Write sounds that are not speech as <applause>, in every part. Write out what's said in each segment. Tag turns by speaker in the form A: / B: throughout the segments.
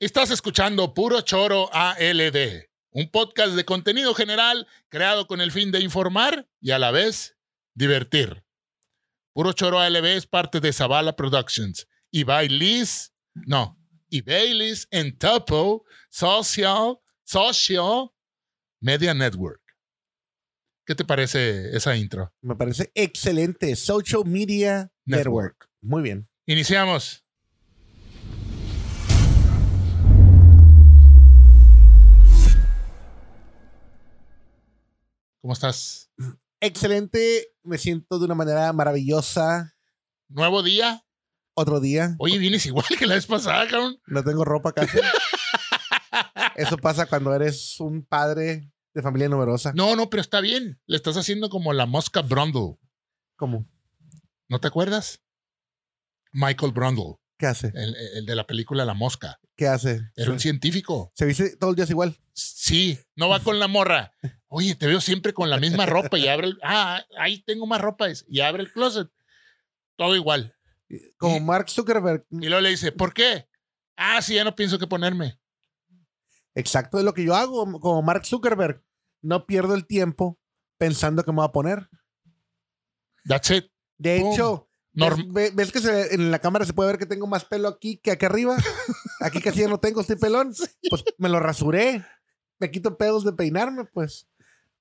A: Estás escuchando Puro Choro ALD, un podcast de contenido general creado con el fin de informar y a la vez divertir. Puro Choro ALD es parte de Zavala Productions y Baileys, no, y Baileys en Topo Social, Social Media Network. ¿Qué te parece esa intro?
B: Me parece excelente. Social Media Network. Muy bien.
A: Iniciamos. ¿Cómo estás?
B: Excelente. Me siento de una manera maravillosa.
A: Nuevo día.
B: Otro día.
A: Oye, vienes igual que la vez pasada, cabrón.
B: No tengo
A: <laughs>
B: ropa casi. Eso pasa cuando eres un padre de familia numerosa.
A: No, no, pero está bien. Le estás haciendo como la mosca Brundle.
B: ¿Cómo?
A: ¿No te acuerdas? Michael Brundle,
B: ¿Qué hace?
A: el, el de la película La Mosca.
B: ¿Qué hace?
A: Era un científico.
B: Se viste todos los días igual.
A: Sí, no va con la morra. Oye, te veo siempre con la misma ropa y abre el. Ah, ahí tengo más ropa. dice, Y abre el closet. Todo igual.
B: Como Mark Zuckerberg.
A: Y luego le dice, ¿por qué? Ah, sí, ya no pienso qué ponerme.
B: Exacto, es lo que yo hago. Como Mark Zuckerberg. No pierdo el tiempo pensando que me voy a poner.
A: That's it.
B: De
A: Pum.
B: hecho,
A: Norm-
B: ¿Ves, ve- ves que se ve- en la cámara se puede ver que tengo más pelo aquí que acá arriba? Aquí casi ya no tengo, estoy
A: <laughs>
B: pelón. Pues me lo rasuré. Me quito pedos de peinarme, pues.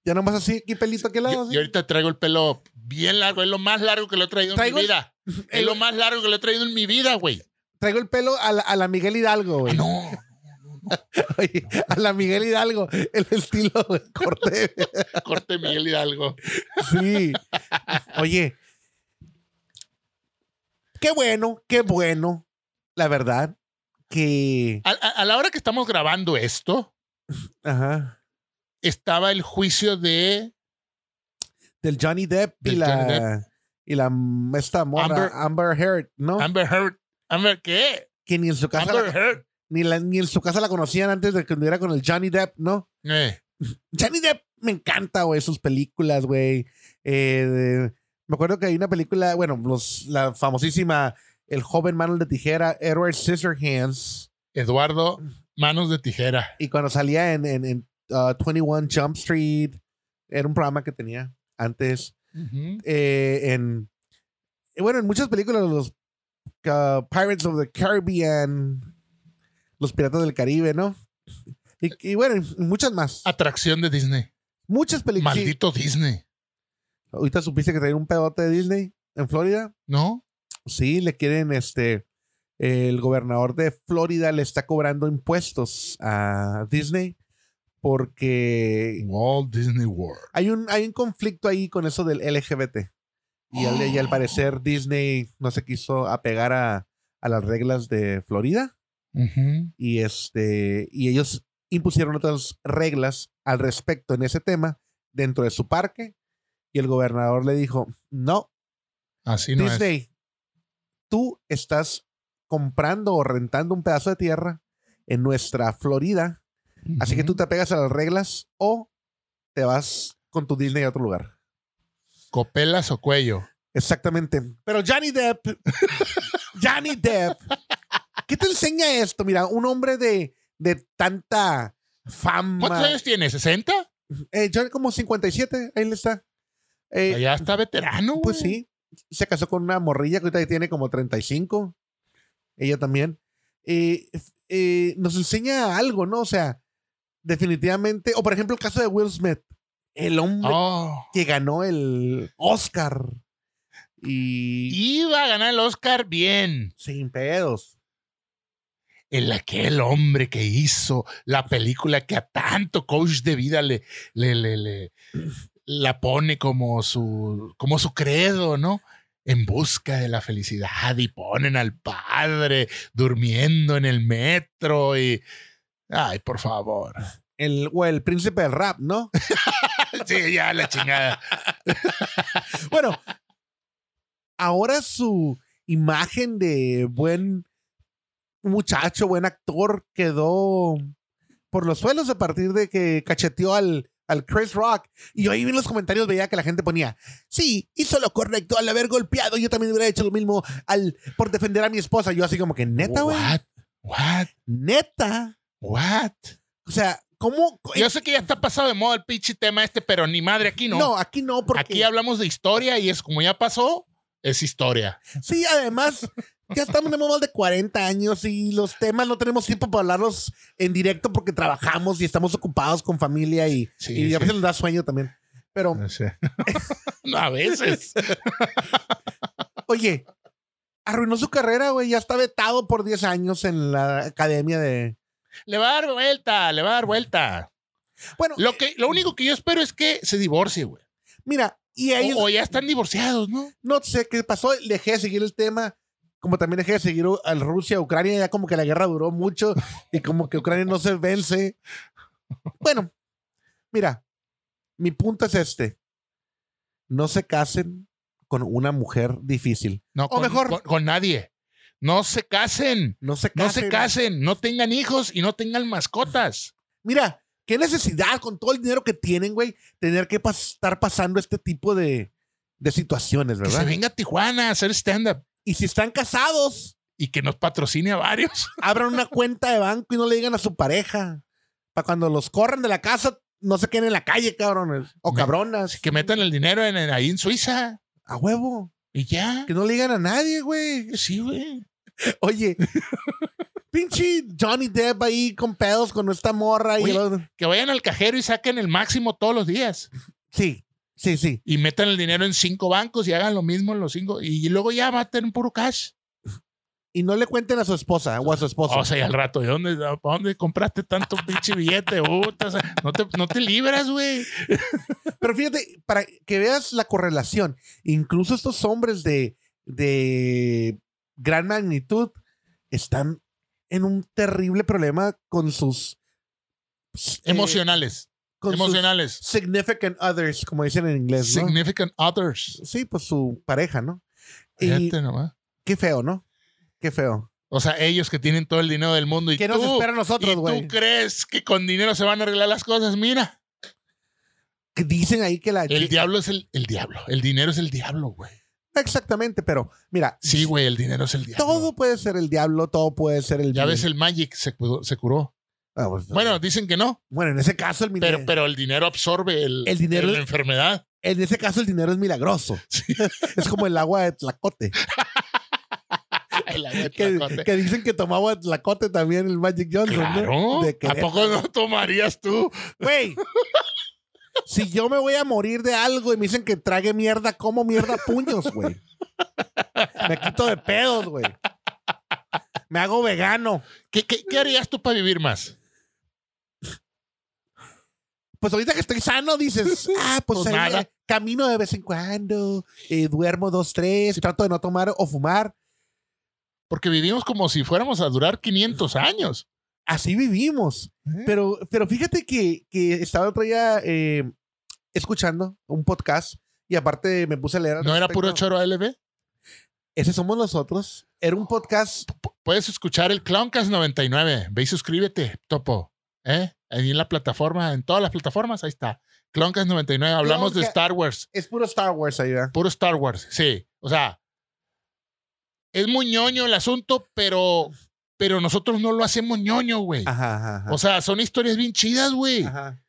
B: Ya nomás así, aquí pelito aquí al lado.
A: Yo,
B: así.
A: yo ahorita traigo el pelo bien largo, es lo más largo que lo he traído
B: Traigo
A: en
B: el-
A: mi
B: <laughs>
A: vida. Es lo más largo que lo he traído en mi vida, güey.
B: Traigo el pelo a la, a la Miguel Hidalgo,
A: Ah,
B: güey.
A: no.
B: <laughs> Oye, a la Miguel Hidalgo, el estilo de
A: <laughs>
B: corte.
A: Corte Miguel Hidalgo.
B: Sí. Oye. Qué bueno, qué bueno. La verdad que...
A: A, a- a la hora que estamos grabando esto,
B: Ajá.
A: estaba el juicio de
B: Del Johnny Depp y
A: Del
B: la...
A: Johnny
B: Y la mm, esta morra,
A: Amber-
B: Amber, Heard, ¿no?
A: Amber Heard. Amber, ¿qué?
B: que ni en su casa
A: Amber
B: la,
A: Heard.
B: ni, la- ni en su casa la conocían antes de que anduviera con el Johnny Depp, ¿no?
A: Eh,
B: Johnny Depp me encanta, güey, sus películas, güey. Eh, de- me acuerdo que hay una película, bueno, los, la famosísima El joven Manos de Tijera, Edward Scissorhands,
A: Eduardo, manos de tijera.
B: y cuando salía en, en, en, uh, 21 Jump Street, era un programa que tenía antes.
A: Ujú.
B: eh, en eh, bueno, en muchas películas los uh, Pirates of the Caribbean, los Piratas del Caribe, ¿no? Y, y bueno, y muchas más.
A: Atracción de Disney.
B: Muchas películas.
A: Ah, Maldito Disney.
B: Ahorita supiste que traía un pedote de Disney en Florida.
A: ¿No?
B: Sí, le quieren este el gobernador de Florida le está cobrando impuestos a Disney porque
A: Walt Disney World.
B: hay un, hay un conflicto ahí con eso del LGBT. Y al, y
A: Oh.
B: al parecer Disney no se quiso apegar a, a las reglas de Florida.
A: Ujú.
B: Y, este, y ellos impusieron otras reglas al respecto en ese tema dentro de su parque. Y el gobernador le dijo, no,
A: Así no es.
B: Disney, tú estás comprando o rentando un pedazo de tierra en nuestra Florida. Así que
A: Ujú.
B: tú te apegas a las reglas o te vas con tu Disney a otro lugar.
A: ¿Copelas o cuello?
B: Exactamente. Pero Johnny Depp, Johnny Depp, ¿qué te enseña esto? Mira, un hombre de, de tanta fama.
A: ¿Cuántos años tiene? ¿60?
B: Eh, Johnny como 57, ahí le está. Eh,
A: ya está veterano, güey.
B: pues sí, se casó con una morrilla que ahorita tiene como 35. Ella también. Eh, f- eh, nos enseña algo, ¿no? O sea, definitivamente. O por ejemplo, el caso de Will Smith. El hombre
A: Oh.
B: que ganó el Oscar. Y,
A: Iba a ganar el Oscar bien.
B: Sin pedos.
A: El aquel hombre que hizo la película que a tanto coach de vida le, le, le, le- la pone como su, como su credo, ¿no? En busca de la felicidad y ponen al padre durmiendo en el metro y... Ay, por favor. <laughs>
B: El, o el príncipe del rap, ¿no? <laughs>
A: Sí, ya la chingada.
B: Bueno, ahora su imagen de buen muchacho, buen actor, quedó por los suelos a partir de que cacheteó al, al Chris Rock. Y yo ahí en los comentarios veía que la gente ponía, sí, hizo lo correcto al haber golpeado. Yo también hubiera hecho lo mismo al, por defender a mi esposa. Yo así como que, neta, güey.
A: What? What?
B: Neta.
A: What?
B: O sea, ¿cómo? Eh,
A: Yo sé que ya está pasado de moda el pinche tema este, pero ni madre aquí no.
B: no. aquí no, porque
A: Aquí hablamos de historia y es como ya pasó, es historia.
B: sí, además, ya estamos tenemos más de 40 años y los temas no tenemos tiempo para hablarlos en directo porque trabajamos y estamos ocupados con familia y,
A: Sí,
B: y a
A: sí.
B: veces nos da sueño también. Pero,
A: No, <laughs> a veces.
B: <laughs> oye, arruinó su carrera, güey. Ya está vetado por 10 años en la academia de.
A: le va a dar vuelta, le va a dar vuelta.
B: Bueno,
A: Lo, que, lo único que yo espero es que se divorcie, güey.
B: mira, y ahí.
A: O, o ya están divorciados, ¿no?
B: no sé qué pasó, dejé de seguir el tema, como también dejé de seguir u- al Rusia, Ucrania, ya como que la guerra duró mucho y como que Ucrania no se vence. Bueno, mira, mi punto es este. No se casen con una mujer difícil.
A: No,
B: O mejor-
A: Con, con nadie. No se casen.
B: No se casen.
A: No se casen, no tengan hijos y no tengan mascotas.
B: Mira, qué necesidad con todo el dinero que tienen, güey, tener que pas- estar pasando este tipo de, de situaciones,
A: Que se
B: ¿verdad?
A: venga a Tijuana a hacer stand-up
B: Y si están casados,
A: y que nos patrocine a varios. <laughs>
B: abran una cuenta de banco y no le digan a su pareja. Para cuando los corran de la casa, no se queden en la calle, cabrones. O
A: Me-
B: cabronas.
A: Que metan el dinero en, en- ahí en Suiza
B: A huevo.
A: y ya.
B: Que no le digan a nadie, güey.
A: Sí, güey.
B: Oye.
A: <laughs>
B: pinche Johnny Depp ahí con pedos con esta morra. Y
A: Oye.
B: el otro.
A: Que vayan al cajero y saquen el máximo todos los días.
B: Sí, sí, sí.
A: Y metan el dinero en cinco bancos y hagan lo mismo en los cinco. Y luego ya va a tener puro cash.
B: Y no le cuenten a su esposa o a su esposo.
A: O sea, y al rato, ¿de dónde, ¿para dónde compraste tanto <laughs> pinche billete? Puta, o sea, no, te, no te libras,
B: Eh,
A: güey.
B: Pero fíjate, para que veas la correlación, incluso estos hombres de, de gran magnitud están en un terrible problema con sus eh,
A: Emocionales.
B: con sus
A: emocionales.
B: significant others, como dicen en inglés, ¿no?
A: Significant others.
B: sí, pues su pareja, ¿no? Y
A: Fíjate nomás.
B: qué feo, ¿no? Qué feo.
A: O sea, ellos que tienen todo el dinero del mundo y
B: ¿Qué
A: tú,
B: nos espera a
A: y
B: nosotros,
A: tú
B: güey?
A: crees que con dinero se van a arreglar las cosas. Mira,
B: Que Dicen ahí que la
A: el diablo es el, el diablo. El dinero es el diablo, güey.
B: exactamente, pero mira,
A: Sí, güey, el dinero es el diablo.
B: todo puede ser el diablo, todo puede ser el
A: Ya
B: bien.
A: ves, el Magic se, cu- se curó.
B: Ah, pues,
A: Bueno, dicen que no,
B: bueno, en ese caso el
A: pero, pero el dinero absorbe el,
B: El dinero-
A: la enfermedad.
B: En ese caso, el dinero es milagroso.
A: <laughs> Sí.
B: es como el agua de Tlacote.
A: <laughs> El
B: <laughs>
A: agua de
B: Ah, que,
A: Tlacote.
B: que dicen que tomaba agua de Tlacote también el Magic Johnson. ¿no?
A: Claro.
B: De
A: ¿A
B: Querétaro.
A: poco no tomarías tú?
B: Güey. Si yo me voy a morir de algo y me dicen que trague mierda, como mierda a puños, güey. Me quito de pedos, güey. Me hago vegano.
A: ¿Qué, qué, qué harías tú para vivir más?
B: Pues ahorita que estoy sano,
A: <laughs>
B: dices, ah, pues,
A: Pues
B: ahí,
A: nada.
B: eh, camino de vez en cuando, eh, duermo dos, tres, trato de no tomar o fumar.
A: Porque vivimos como si fuéramos a durar 500 años.
B: así vivimos.
A: ¿Eh?
B: Pero, pero fíjate que, que estaba el otro día eh, escuchando un podcast y aparte me puse a leer. al
A: ¿No era
B: respecto.
A: puro choro ALB?
B: Ese somos nosotros. Era un podcast.
A: P- Puedes escuchar el Clowncast 99. Ve y suscríbete, topo. ¿Eh? Ahí en la plataforma, en todas las plataformas, ahí está. Clowncast 99. Hablamos de
B: Clownca-
A: Star Wars.
B: Es puro Star Wars ahí, ¿verdad?
A: Puro Star Wars, sí. O sea, es muy ñoño el asunto, pero, pero nosotros no lo hacemos ñoño, güey.
B: Ajá, ajá, ajá.
A: O sea, son historias bien chidas, güey.
B: Ajá.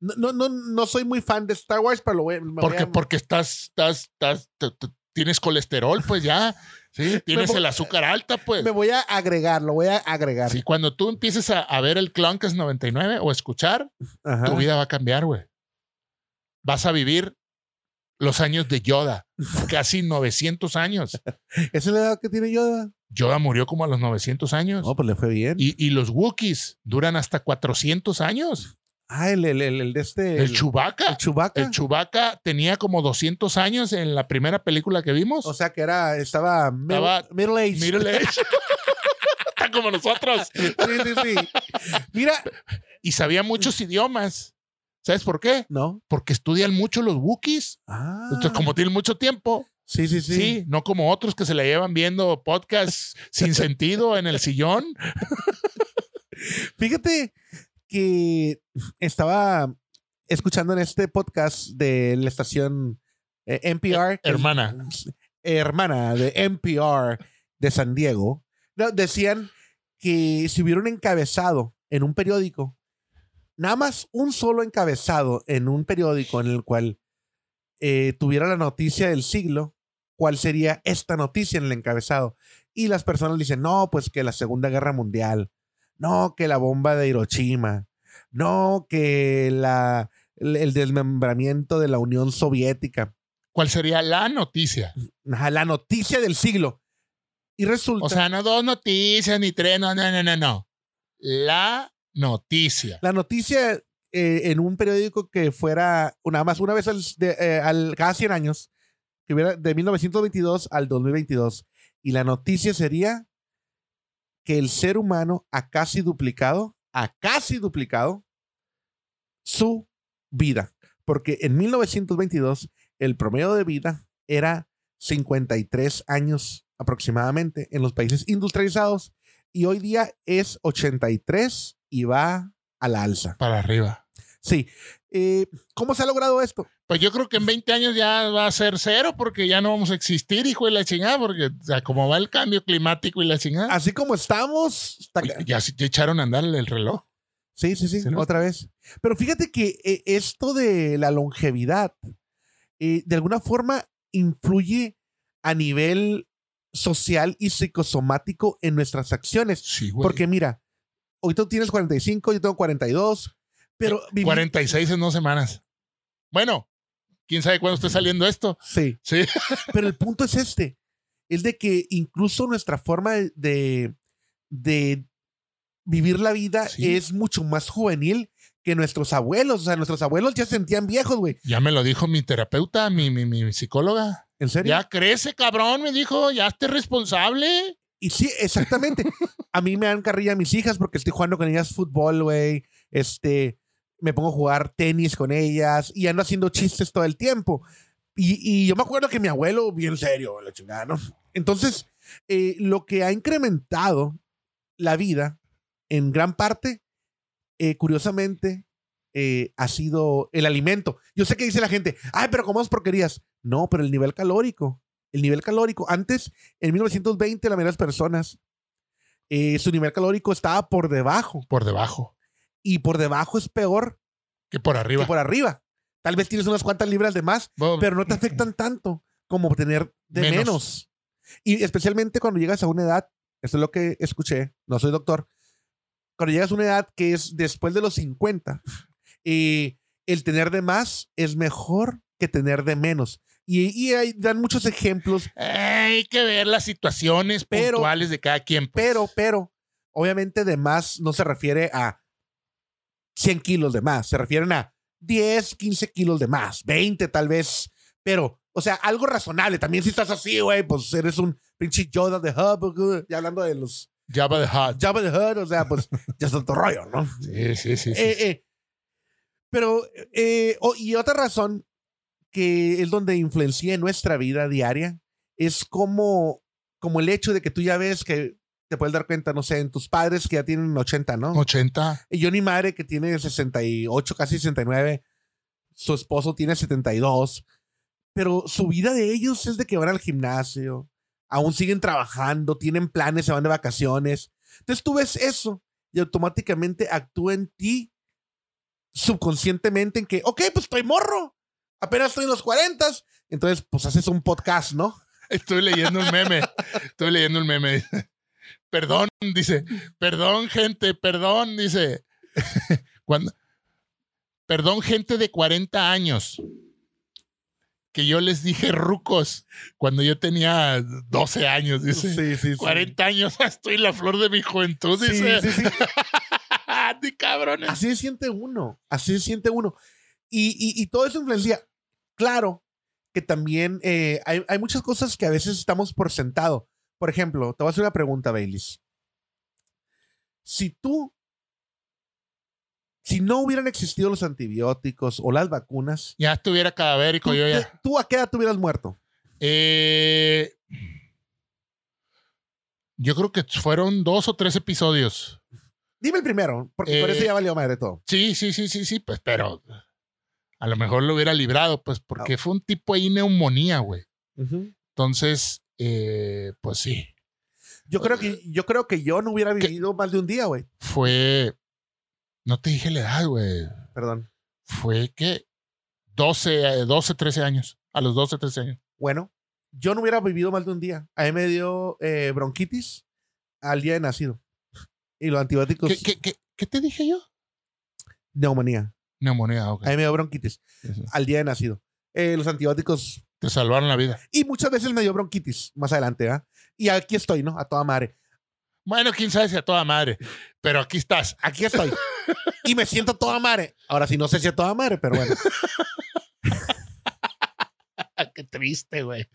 B: No, no, no, no soy muy fan de Star Wars, pero lo voy, me voy
A: Porque,
B: a-
A: porque estás, estás, estás, t- t- tienes colesterol, pues ya. Sí, tienes
B: <laughs> Me vo-
A: el azúcar alta, pues.
B: me voy a agregar, lo voy a agregar.
A: Sí, cuando tú empieces a, a ver el Cloncast 99 o escuchar,
B: Ajá.
A: tu vida va a cambiar, güey. Vas a vivir los años de
B: <laughs>
A: Yoda, casi 900 años.
B: ¿Esa es la edad que tiene Yoda?
A: Yoda murió como a los 900 años.
B: No, pues le fue bien.
A: Y, y los Wookiees duran hasta 400 años.
B: Ah, el, el, el, el de este.
A: El, Chewbacca.
B: el Chewbacca.
A: El Chewbacca tenía como 200 años en la primera película que vimos.
B: o sea que era, estaba middle,
A: Estaba-
B: middle age. <laughs>
A: Middle age. Está como nosotros.
B: Sí, sí, sí.
A: <laughs>
B: Mira,
A: Y sabía muchos idiomas. ¿Sabes por qué?
B: no.
A: Porque estudian mucho los Wookiees.
B: Ah.
A: Entonces, como tienen mucho tiempo,
B: sí, sí, sí,
A: sí. no como otros que se la llevan viendo podcasts sin sentido en el
B: <laughs>
A: sillón.
B: Fíjate que estaba escuchando en este podcast de la estación eh, NPR. que-
A: Hermana.
B: hermana de NPR de San Diego. No, decían que si hubiera un encabezado en un periódico, nada más un solo encabezado en un periódico en el cual eh, tuviera la noticia del siglo, ¿cuál sería esta noticia en el encabezado? Y las personas dicen, no, pues que la Segunda Guerra Mundial, no, que la bomba de Hiroshima, no, que la, el desmembramiento de la Unión Soviética.
A: ¿Cuál sería la noticia?
B: Ajá, la noticia del siglo. Y resulta.
A: O sea, no dos noticias ni tres, no, no, no, no, no. La noticia.
B: La noticia eh, en un periódico que fuera nada más una vez al, de, eh, al- cada 100 años, que hubiera de 1922 al 2022. Y la noticia sería que el ser humano ha casi duplicado, ha casi duplicado su vida. Porque en 1922 el promedio de vida era 53 años aproximadamente en los países industrializados y hoy día es 83 y va a la alza.
A: Para arriba.
B: Sí. Eh, ¿Cómo se ha logrado esto?
A: Pues yo creo que en 20 años ya va a ser cero porque ya no vamos a existir, hijo de la chingada, porque o sea, como va el cambio climático y la chingada.
B: Así como estamos. está-
A: Oye, ya, se- ya echaron a andar el reloj.
B: Sí, sí, sí,
A: ¿Sí, no?
B: otra vez. Pero fíjate que eh, esto de la longevidad, eh, de alguna forma, influye a nivel social y psicosomático en nuestras acciones.
A: Sí, güey.
B: Porque mira, hoy tú tienes 45, yo tengo 42, pero... vivi-
A: 46 en dos semanas. Bueno, quién sabe cuándo esté saliendo esto.
B: Sí.
A: Sí.
B: Pero el punto es este: es de que incluso nuestra forma de- de, de vivir la vida
A: Sí.
B: es mucho más juvenil que nuestros abuelos. O sea, nuestros abuelos ya se sentían viejos, güey.
A: Ya me lo dijo mi terapeuta, mi, mi, mi psicóloga.
B: ¿En serio?
A: Ya crece, cabrón, me dijo. Ya esté responsable.
B: Y sí, exactamente. a mí me dan carrilla mis hijas porque estoy jugando con ellas fútbol, güey. Este, me pongo a jugar tenis con ellas y ando haciendo chistes todo el tiempo. Y, y yo me acuerdo que mi abuelo, bien serio, la chingada, ¿no? Entonces, eh, lo que ha incrementado la vida en gran parte, eh, curiosamente, eh, ha sido el alimento. Yo sé que dice la gente, ay, pero comamos porquerías. No, pero el nivel calórico. El nivel calórico. Antes, en 1920, la mayoría de las personas, eh, su nivel calórico estaba por debajo.
A: Por debajo,
B: Y por debajo es peor
A: que por arriba.
B: que por arriba. Tal vez tienes unas cuantas libras de más,
A: Bueno,
B: pero no te afectan tanto como tener de menos.
A: Menos.
B: Y especialmente cuando llegas a una edad, esto es lo que escuché, no soy doctor, cuando llegas a una edad que es después de los 50, eh, el tener de más es mejor que tener de menos. Y, y ahí dan muchos ejemplos,
A: Hay que ver las situaciones
B: Pero-
A: puntuales de cada quien. pues.
B: pero, pero, obviamente de más no se refiere a 100 kilos de más, se refieren a 10, 15 kilos de más, 20 tal vez, pero, o sea, algo razonable. También si estás así, güey, pues eres un pinche Yoda de Hub, <laughs> güey, ya hablando de los
A: Java the Hutt.
B: Java de Hub, o sea, pues ya es otro rollo, ¿no?
A: Sí, sí, sí. sí.
B: Eh, eh. Pero, eh, o- y otra razón que es donde influencia en nuestra vida diaria es como, como el hecho de que tú ya ves que te puedes dar cuenta, no sé, en tus padres que ya tienen 80, ¿no?
A: 80.
B: Y yo ni madre que tiene 68, casi 69, su esposo tiene 72, pero su vida de ellos es de que van al gimnasio, aún siguen trabajando, tienen planes, se van de vacaciones. Entonces tú ves eso y automáticamente actúa en ti subconscientemente en que, ok, pues estoy morro, apenas estoy en los 40, entonces pues haces un podcast, ¿no?
A: Estoy leyendo un meme. Estoy leyendo un meme. Perdón, dice. Perdón, gente. Perdón, dice. Cuando- Perdón, gente de 40 años. Que yo les dije rucos cuando yo tenía 12 años, dice.
B: sí.
A: 40 años, <laughs> estoy la flor de mi juventud,
B: Sí,
A: dice.
B: sí, sí.
A: <laughs> Ni cabrones.
B: Así se siente uno, así se siente uno. Y, y- y todo eso influencia. Claro que también eh, hay, hay muchas cosas que a veces estamos por sentado. Por ejemplo, te voy a hacer una pregunta, Baileys. Si tú, si no hubieran existido los antibióticos o las vacunas,
A: Ya estuviera cadavérico
B: ¿tú,
A: yo ya.
B: te- tú a qué edad te hubieras muerto?
A: Eh, yo creo que fueron dos o tres episodios.
B: Dime el primero, porque por
A: Eh,
B: eso ya valió madre todo.
A: Sí, sí, sí, sí, sí, pues, pero a lo mejor lo hubiera librado, pues,
B: Ah.
A: porque fue un tipo ahí neumonía, güey. Entonces, eh, pues sí.
B: Yo creo que yo creo que yo no hubiera vivido más de un día, güey.
A: Fue. No te dije la edad, güey.
B: Perdón.
A: Fue que 12, eh, 12, 13 años. A los 12, 13 años.
B: Bueno, yo no hubiera vivido más de un día. A mí me dio eh, bronquitis al día de nacido. Y los antibióticos,
A: ¿Qué, qué, qué, qué te dije yo?
B: neumonía.
A: Neumonía, ok.
B: A mí me dio bronquitis
A: Sí, sí.
B: al día de nacido. Eh, los antibióticos.
A: Te salvaron la vida.
B: Y muchas veces me dio bronquitis más adelante, ¿ah? Y aquí estoy, ¿no? A toda madre.
A: Bueno, quién sabe si a toda madre. Pero aquí estás.
B: Aquí
A: <laughs>
B: estoy. y me siento a toda madre. Ahora sí, no sé si a toda madre, pero bueno.
A: Ah, Qué triste, güey.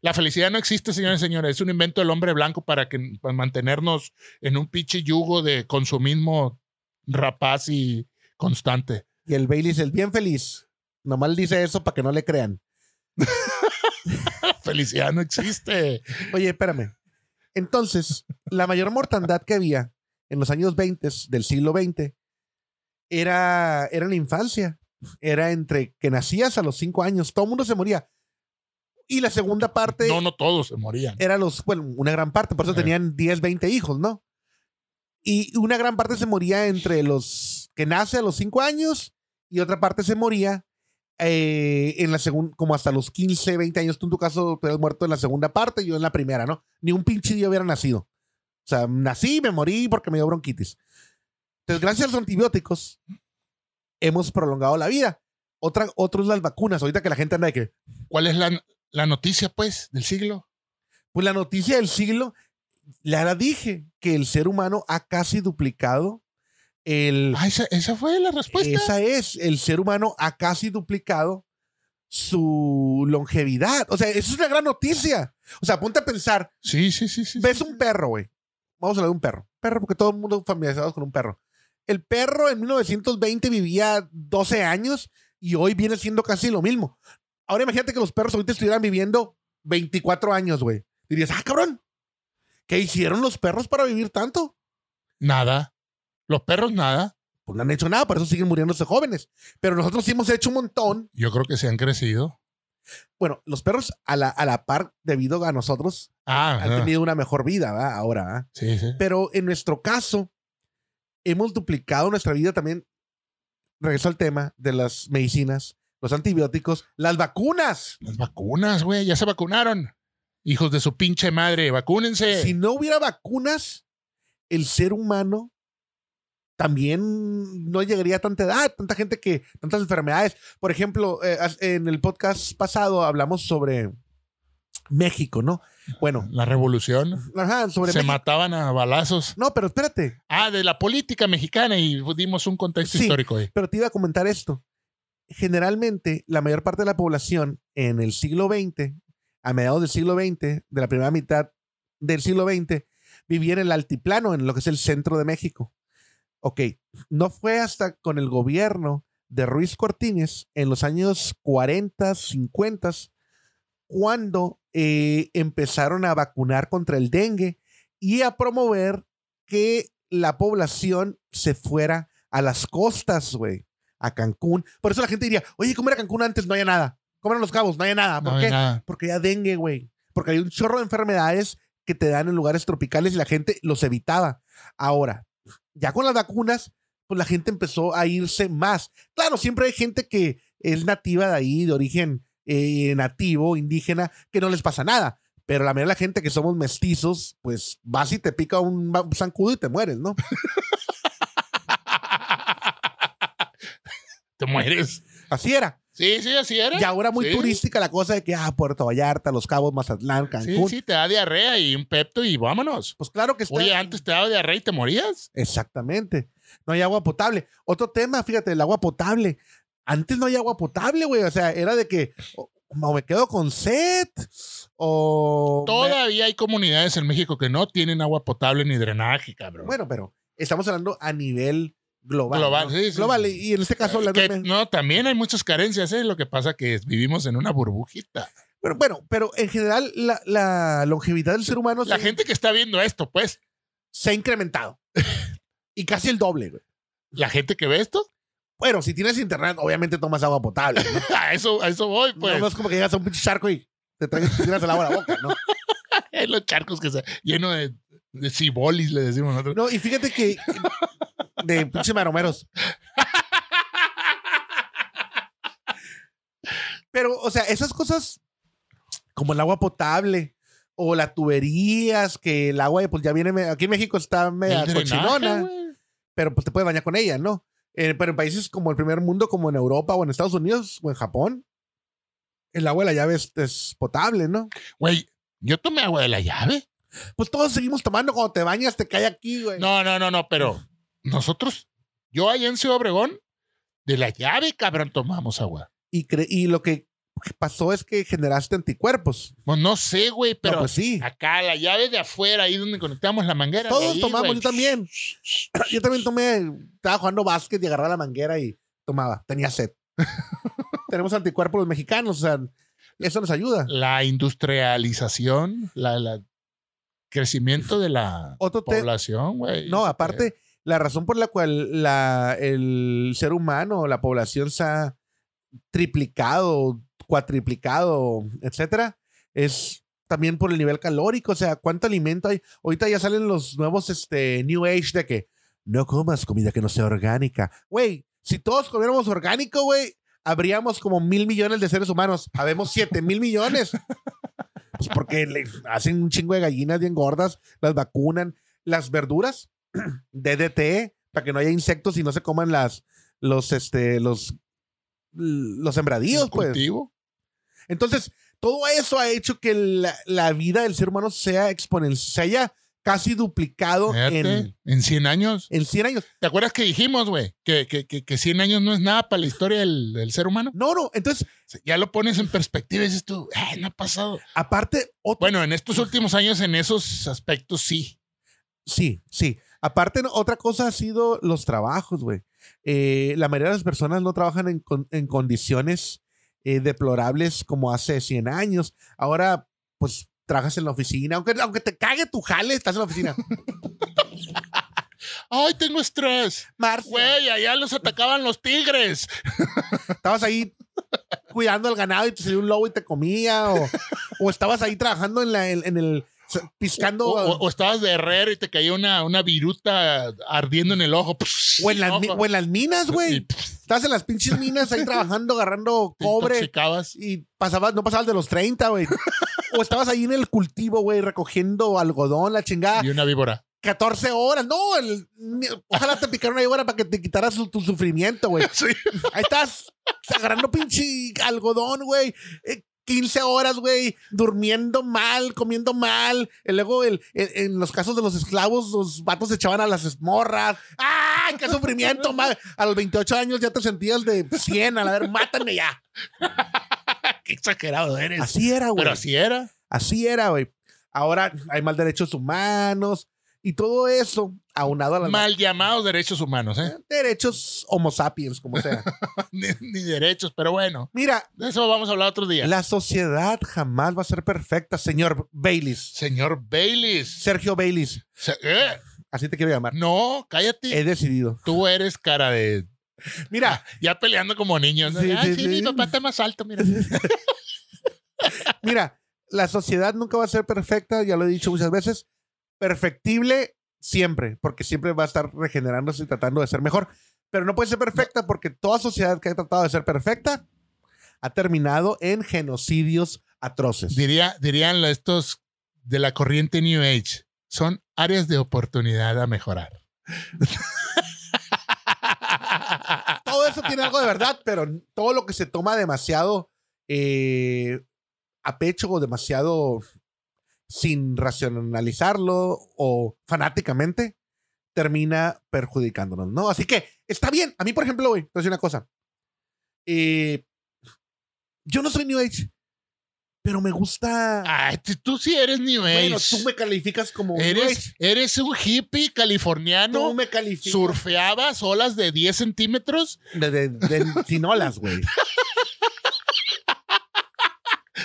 A: La felicidad no existe, señores y señores. Es un invento del hombre blanco para, que, para mantenernos en un pinche yugo de consumismo rapaz y constante.
B: Y el Bailey es el bien feliz. Nomás dice eso para que no le crean.
A: La felicidad no existe.
B: Oye, espérame. Entonces, la mayor mortandad que había en los años 20 del siglo XX era, era en la infancia. Era entre que nacías a los 5 años, todo el mundo se moría. Y la segunda parte
A: No, no todos se morían.
B: era los, bueno, una gran parte, por eso
A: Ajá.
B: tenían 10, 20 hijos, ¿no? Y una gran parte se moría entre los que nace a los 5 años y otra parte se moría eh, en la segunda, como hasta los 15, 20 años. Tú en tu caso te has muerto en la segunda parte, yo en la primera, ¿no? Ni un pinche día hubiera nacido. O sea, nací, me morí porque me dio bronquitis. Entonces, gracias a los antibióticos, hemos prolongado la vida. Otra, otro es las vacunas. Ahorita que la gente anda de que,
A: ¿Cuál es la, la noticia, pues, del siglo?
B: Pues la noticia del siglo, ya la dije, que el ser humano ha casi duplicado el...
A: Ah, esa, esa fue la respuesta.
B: Esa es, el ser humano ha casi duplicado su longevidad. O sea, eso es una gran noticia. O sea, ponte a pensar,
A: Sí, sí, sí, sí.
B: ves Pues un perro, güey. Vamos a hablar de un perro. Perro, porque todo el mundo familiarizado con un perro. El perro en 1920 vivía 12 años y hoy viene siendo casi lo mismo. Ahora imagínate que los perros ahorita estuvieran viviendo 24 años, güey. Dirías, ah, cabrón, ¿qué hicieron los perros para vivir tanto?
A: Nada. Los perros, nada.
B: Pues no han hecho nada, por eso siguen muriéndose jóvenes. Pero nosotros sí hemos hecho un montón.
A: Yo creo que se han crecido.
B: Bueno, los perros a la, a la par, debido a nosotros,
A: Ah,
B: han
A: ah,
B: tenido una mejor vida, ¿verdad? Ahora, ¿verdad?
A: sí, sí.
B: Pero en nuestro caso, hemos duplicado nuestra vida también. Regreso al tema de las medicinas, los antibióticos, las vacunas.
A: Las vacunas, güey. Ya se vacunaron. Hijos de su pinche madre, vacúnense.
B: Si no hubiera vacunas, el ser humano también no llegaría a tanta edad, tanta gente que, tantas enfermedades. Por ejemplo, eh, as- en el podcast pasado hablamos sobre México, ¿no? Bueno,
A: La revolución.
B: ajá, sobre
A: se
B: México.
A: mataban a balazos.
B: No, pero espérate.
A: Ah, de la política mexicana y dimos un contexto
B: Sí.
A: histórico ahí.
B: Pero te iba a comentar esto. Generalmente, la mayor parte de la población en el siglo XX, a mediados del siglo XX, de la primera mitad del siglo XX, vivía en el altiplano, en lo que es el centro de México. Ok, no fue hasta con el gobierno de Ruiz Cortines en los años 40, 50, cuando eh, empezaron a vacunar contra el dengue y a promover que la población se fuera a las costas, güey, a Cancún. Por eso la gente diría, oye, ¿cómo era Cancún antes? No había nada. ¿Cómo eran los cabos? No había nada. Ah, ¿Por
A: No hay
B: qué?
A: nada.
B: Porque ya dengue, güey. Porque hay un chorro de enfermedades que te dan en lugares tropicales y la gente los evitaba. Ahora, ya con las vacunas, pues la gente empezó a irse más. Claro, siempre hay gente que es nativa de ahí, de origen eh, nativo, indígena, que no les pasa nada. Pero la mayoría de la gente que somos mestizos, pues vas y te pica un ba- zancudo y te mueres, ¿no?
A: Te mueres. <laughs>
B: Así era.
A: Sí, sí, así era.
B: Y ahora muy
A: Sí.
B: turística la cosa de que, ah, Puerto Vallarta, Los Cabos, Mazatlán,
A: Sí,
B: Cancún.
A: sí, te da diarrea y un pepto y vámonos.
B: Pues claro que está.
A: Oye, antes te daba diarrea y te morías.
B: Exactamente. No hay agua potable. Otro tema, fíjate, el agua potable. Antes no hay agua potable, güey. O sea, era de que o, o me quedo con sed o... me-
A: Todavía hay comunidades en México que no tienen agua potable ni drenaje, cabrón.
B: Bueno, pero estamos hablando a nivel global.
A: Global,
B: ¿no?
A: sí, sí, sí.
B: Global, y- Y en este caso... hablando
A: Que-
B: de-
A: no, también hay muchas carencias, ¿eh? Lo que pasa que es- vivimos en una burbujita.
B: Pero bueno, pero en general la, la longevidad del ser humano
A: La
B: se,
A: gente que está viendo esto, pues,
B: se ha incrementado. y casi el doble, güey.
A: la gente que ve esto, <laughs>
B: Bueno, si tienes internet, obviamente tomas agua potable. ¿no?
A: a eso, a eso voy, <laughs> pues.
B: No
A: <laughs>
B: es como que llegas a un pinche charco y te, traes- te tiras el agua a la boca, ¿no?
A: En los charcos que se lleno de De cibolis, le decimos nosotros.
B: No, y fíjate que. De pinche maromeros. Pero, o sea, esas cosas como el agua potable o las tuberías, que el agua, pues ya viene. me- Aquí en México está media
A: El drenaje,
B: cochinona,
A: güey.
B: pero pues te puedes bañar con ella, ¿no? Eh, pero en países como el primer mundo, como en Europa o en Estados Unidos o en Japón, el agua de la llave es- es potable, ¿no?
A: Güey, yo tomé agua de la llave.
B: Pues todos seguimos tomando. Cuando te bañas, te cae aquí, güey.
A: No, no, no, no, pero nosotros, yo allá en Ciudad Obregón, de la llave, cabrón, tomamos agua.
B: Y, cre- y lo que pasó es que generaste anticuerpos.
A: Pues no sé, güey,
B: Pero
A: pero
B: pues sí.
A: acá la llave de afuera, ahí donde conectamos la manguera. de
B: Todos
A: ahí,
B: tomamos,
A: güey.
B: yo también. <clears throat> Yo también tomé, estaba jugando básquet y agarraba la manguera y tomaba. Tenía sed. <laughs> Tenemos anticuerpos los mexicanos, o sea, eso nos ayuda.
A: La industrialización, la, la- crecimiento de la
B: Otro te-
A: población, güey.
B: No,
A: Ese
B: aparte, la razón por la cual la, el ser humano, la población se ha triplicado, cuatriplicado, etcétera, es también por el nivel calórico. O sea, cuánto alimento hay. Ahorita ya salen los nuevos este, New Age de que no comas comida que no sea orgánica. Güey, si todos comiéramos orgánico, güey, habríamos como mil millones de seres humanos. Habemos siete mil millones. Pues porque le hacen un chingo de gallinas bien gordas, las vacunan, las verduras, <clears throat> DDT, para que no haya insectos y no se coman las, los, este, los, los sembradíos, pues.
A: cultivo.
B: Entonces, todo eso ha hecho que la, la vida del ser humano sea exponencial, se haya casi duplicado en,
A: Fíjate, en 100 años.
B: en 100 años.
A: ¿Te acuerdas que dijimos, güey, que, que, que, que 100 años no es nada para la historia del, del ser humano?
B: No, no, entonces,
A: Ya lo pones en perspectiva y dices tú, "Ay, no ha pasado.
B: aparte, otro,
A: Bueno, en estos últimos años, en esos aspectos, sí.
B: sí, sí. Aparte, no, otra cosa ha sido los trabajos, güey. Eh, la mayoría de las personas no trabajan en, con- en condiciones eh, deplorables como hace 100 años. Ahora, pues, trabajas en la oficina. Aunque, aunque te cague tu jale, estás en
A: <laughs>
B: la oficina.
A: Ay, tengo estrés.
B: Marcia,
A: Güey, allá los atacaban los tigres.
B: estabas ahí cuidando al ganado y te salió un lobo y te comía, o, o estabas ahí trabajando en, la, en, en el piscando
A: O, o-
B: o,
A: o estabas de herrero y te caía una, una viruta ardiendo en el ojo. Psh,
B: en las, mi-
A: ojo.
B: o en las minas,
A: Y,
B: güey.
A: pff,
B: Estabas en las pinches minas ahí trabajando, agarrando
A: te
B: cobre
A: intoxicabas.
B: y pasabas, no pasabas de los 30, güey. O estabas ahí en el cultivo, güey, recogiendo algodón, la chingada.
A: Y una
B: <laughs>
A: víbora.
B: 14 horas. No, el- ni- ojalá te picaron una víbora para que te quitaras su- tu sufrimiento, güey.
A: Sí.
B: Ahí estás agarrando pinche algodón, güey. Eh, 15 horas, güey, durmiendo mal, comiendo mal. Y luego, el, en, en los casos de los esclavos, los vatos se echaban a las esmorras. ¡Ay, qué sufrimiento! ma-! A los 28 años ya te sentías de 100, a la ver, mátame ya.
A: <laughs> Qué exagerado eres.
B: Así era, güey.
A: Pero así era.
B: Así era, güey. Ahora hay más derechos humanos y todo eso aunado a los
A: Mal llamados derechos humanos, ¿eh?
B: derechos homo sapiens, como sea.
A: <laughs> Ni, ni derechos, pero bueno.
B: Mira,
A: De eso vamos a hablar otro día.
B: la sociedad jamás va a ser perfecta, señor Baileys.
A: Señor Baileys.
B: Sergio Baileys,
A: Se- eh,
B: así te quiero llamar.
A: no, cállate.
B: He decidido.
A: Tú eres cara de.
B: Mira,
A: Ya peleando como niños. ¿no?
B: Sí,
A: Ay,
B: sí,
A: sí, mi
B: sí.
A: papá está más alto,
B: <laughs>
A: mira.
B: mira, la sociedad nunca va a ser perfecta, ya lo he dicho muchas veces. Perfectible siempre, porque siempre va a estar regenerándose y tratando de ser mejor. Pero no puede ser perfecta porque toda sociedad que ha tratado de ser perfecta ha terminado en genocidios atroces.
A: Diría, dirían los- estos de la corriente New Age, son áreas de oportunidad a mejorar. <laughs>
B: todo eso tiene algo de verdad, pero todo lo que se toma demasiado eh, a pecho o demasiado sin racionalizarlo o fanáticamente termina perjudicándonos, ¿no? Así que está bien. A mí, por ejemplo, güey, te voy a decir una cosa. Eh, yo no soy New Age, pero me gusta.
A: Ay, t- tú sí eres New Ah, Age.
B: bueno, tú me calificas como New Age.
A: eres, eres un hippie
B: Tú
A: californiano.
B: me calificas
A: Surfeabas olas de 10 centímetros.
B: de, de, de- sin olas,
A: <laughs>
B: güey.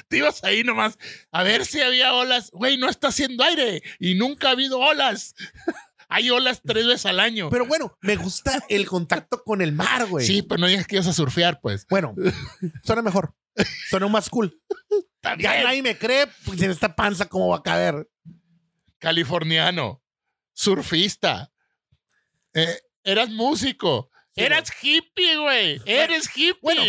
A: Te ibas ahí nomás a ver si había olas. Güey, no está haciendo aire y nunca ha habido olas. <laughs> Hay olas tres veces al año.
B: Pero bueno, me gusta el contacto con el mar, güey.
A: sí, pero no digas que ibas a surfear, pues.
B: Bueno, suena mejor. Suena más cool.
A: Está
B: Ya
A: bien.
B: nadie me cree, pues en esta panza cómo va a caber.
A: californiano, surfista, eh, eras músico,
B: Sí,
A: eras hippie, güey, eres hippie.
B: Bueno,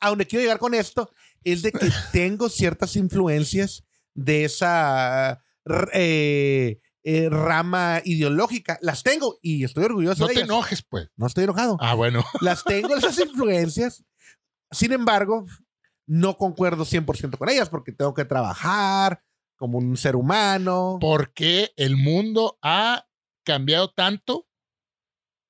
B: a donde quiero llegar con esto es
A: <laughs>
B: de que tengo ciertas influencias de esa r- eh, eh, rama ideológica. Las tengo y estoy orgulloso
A: no
B: de
A: te
B: ellas.
A: enojes, pues.
B: No estoy enojado.
A: Ah, bueno.
B: Las
A: <laughs>
B: tengo esas influencias. Sin embargo, no concuerdo 100% con ellas porque tengo que trabajar como un ser humano.
A: ¿Por qué el mundo ha cambiado tanto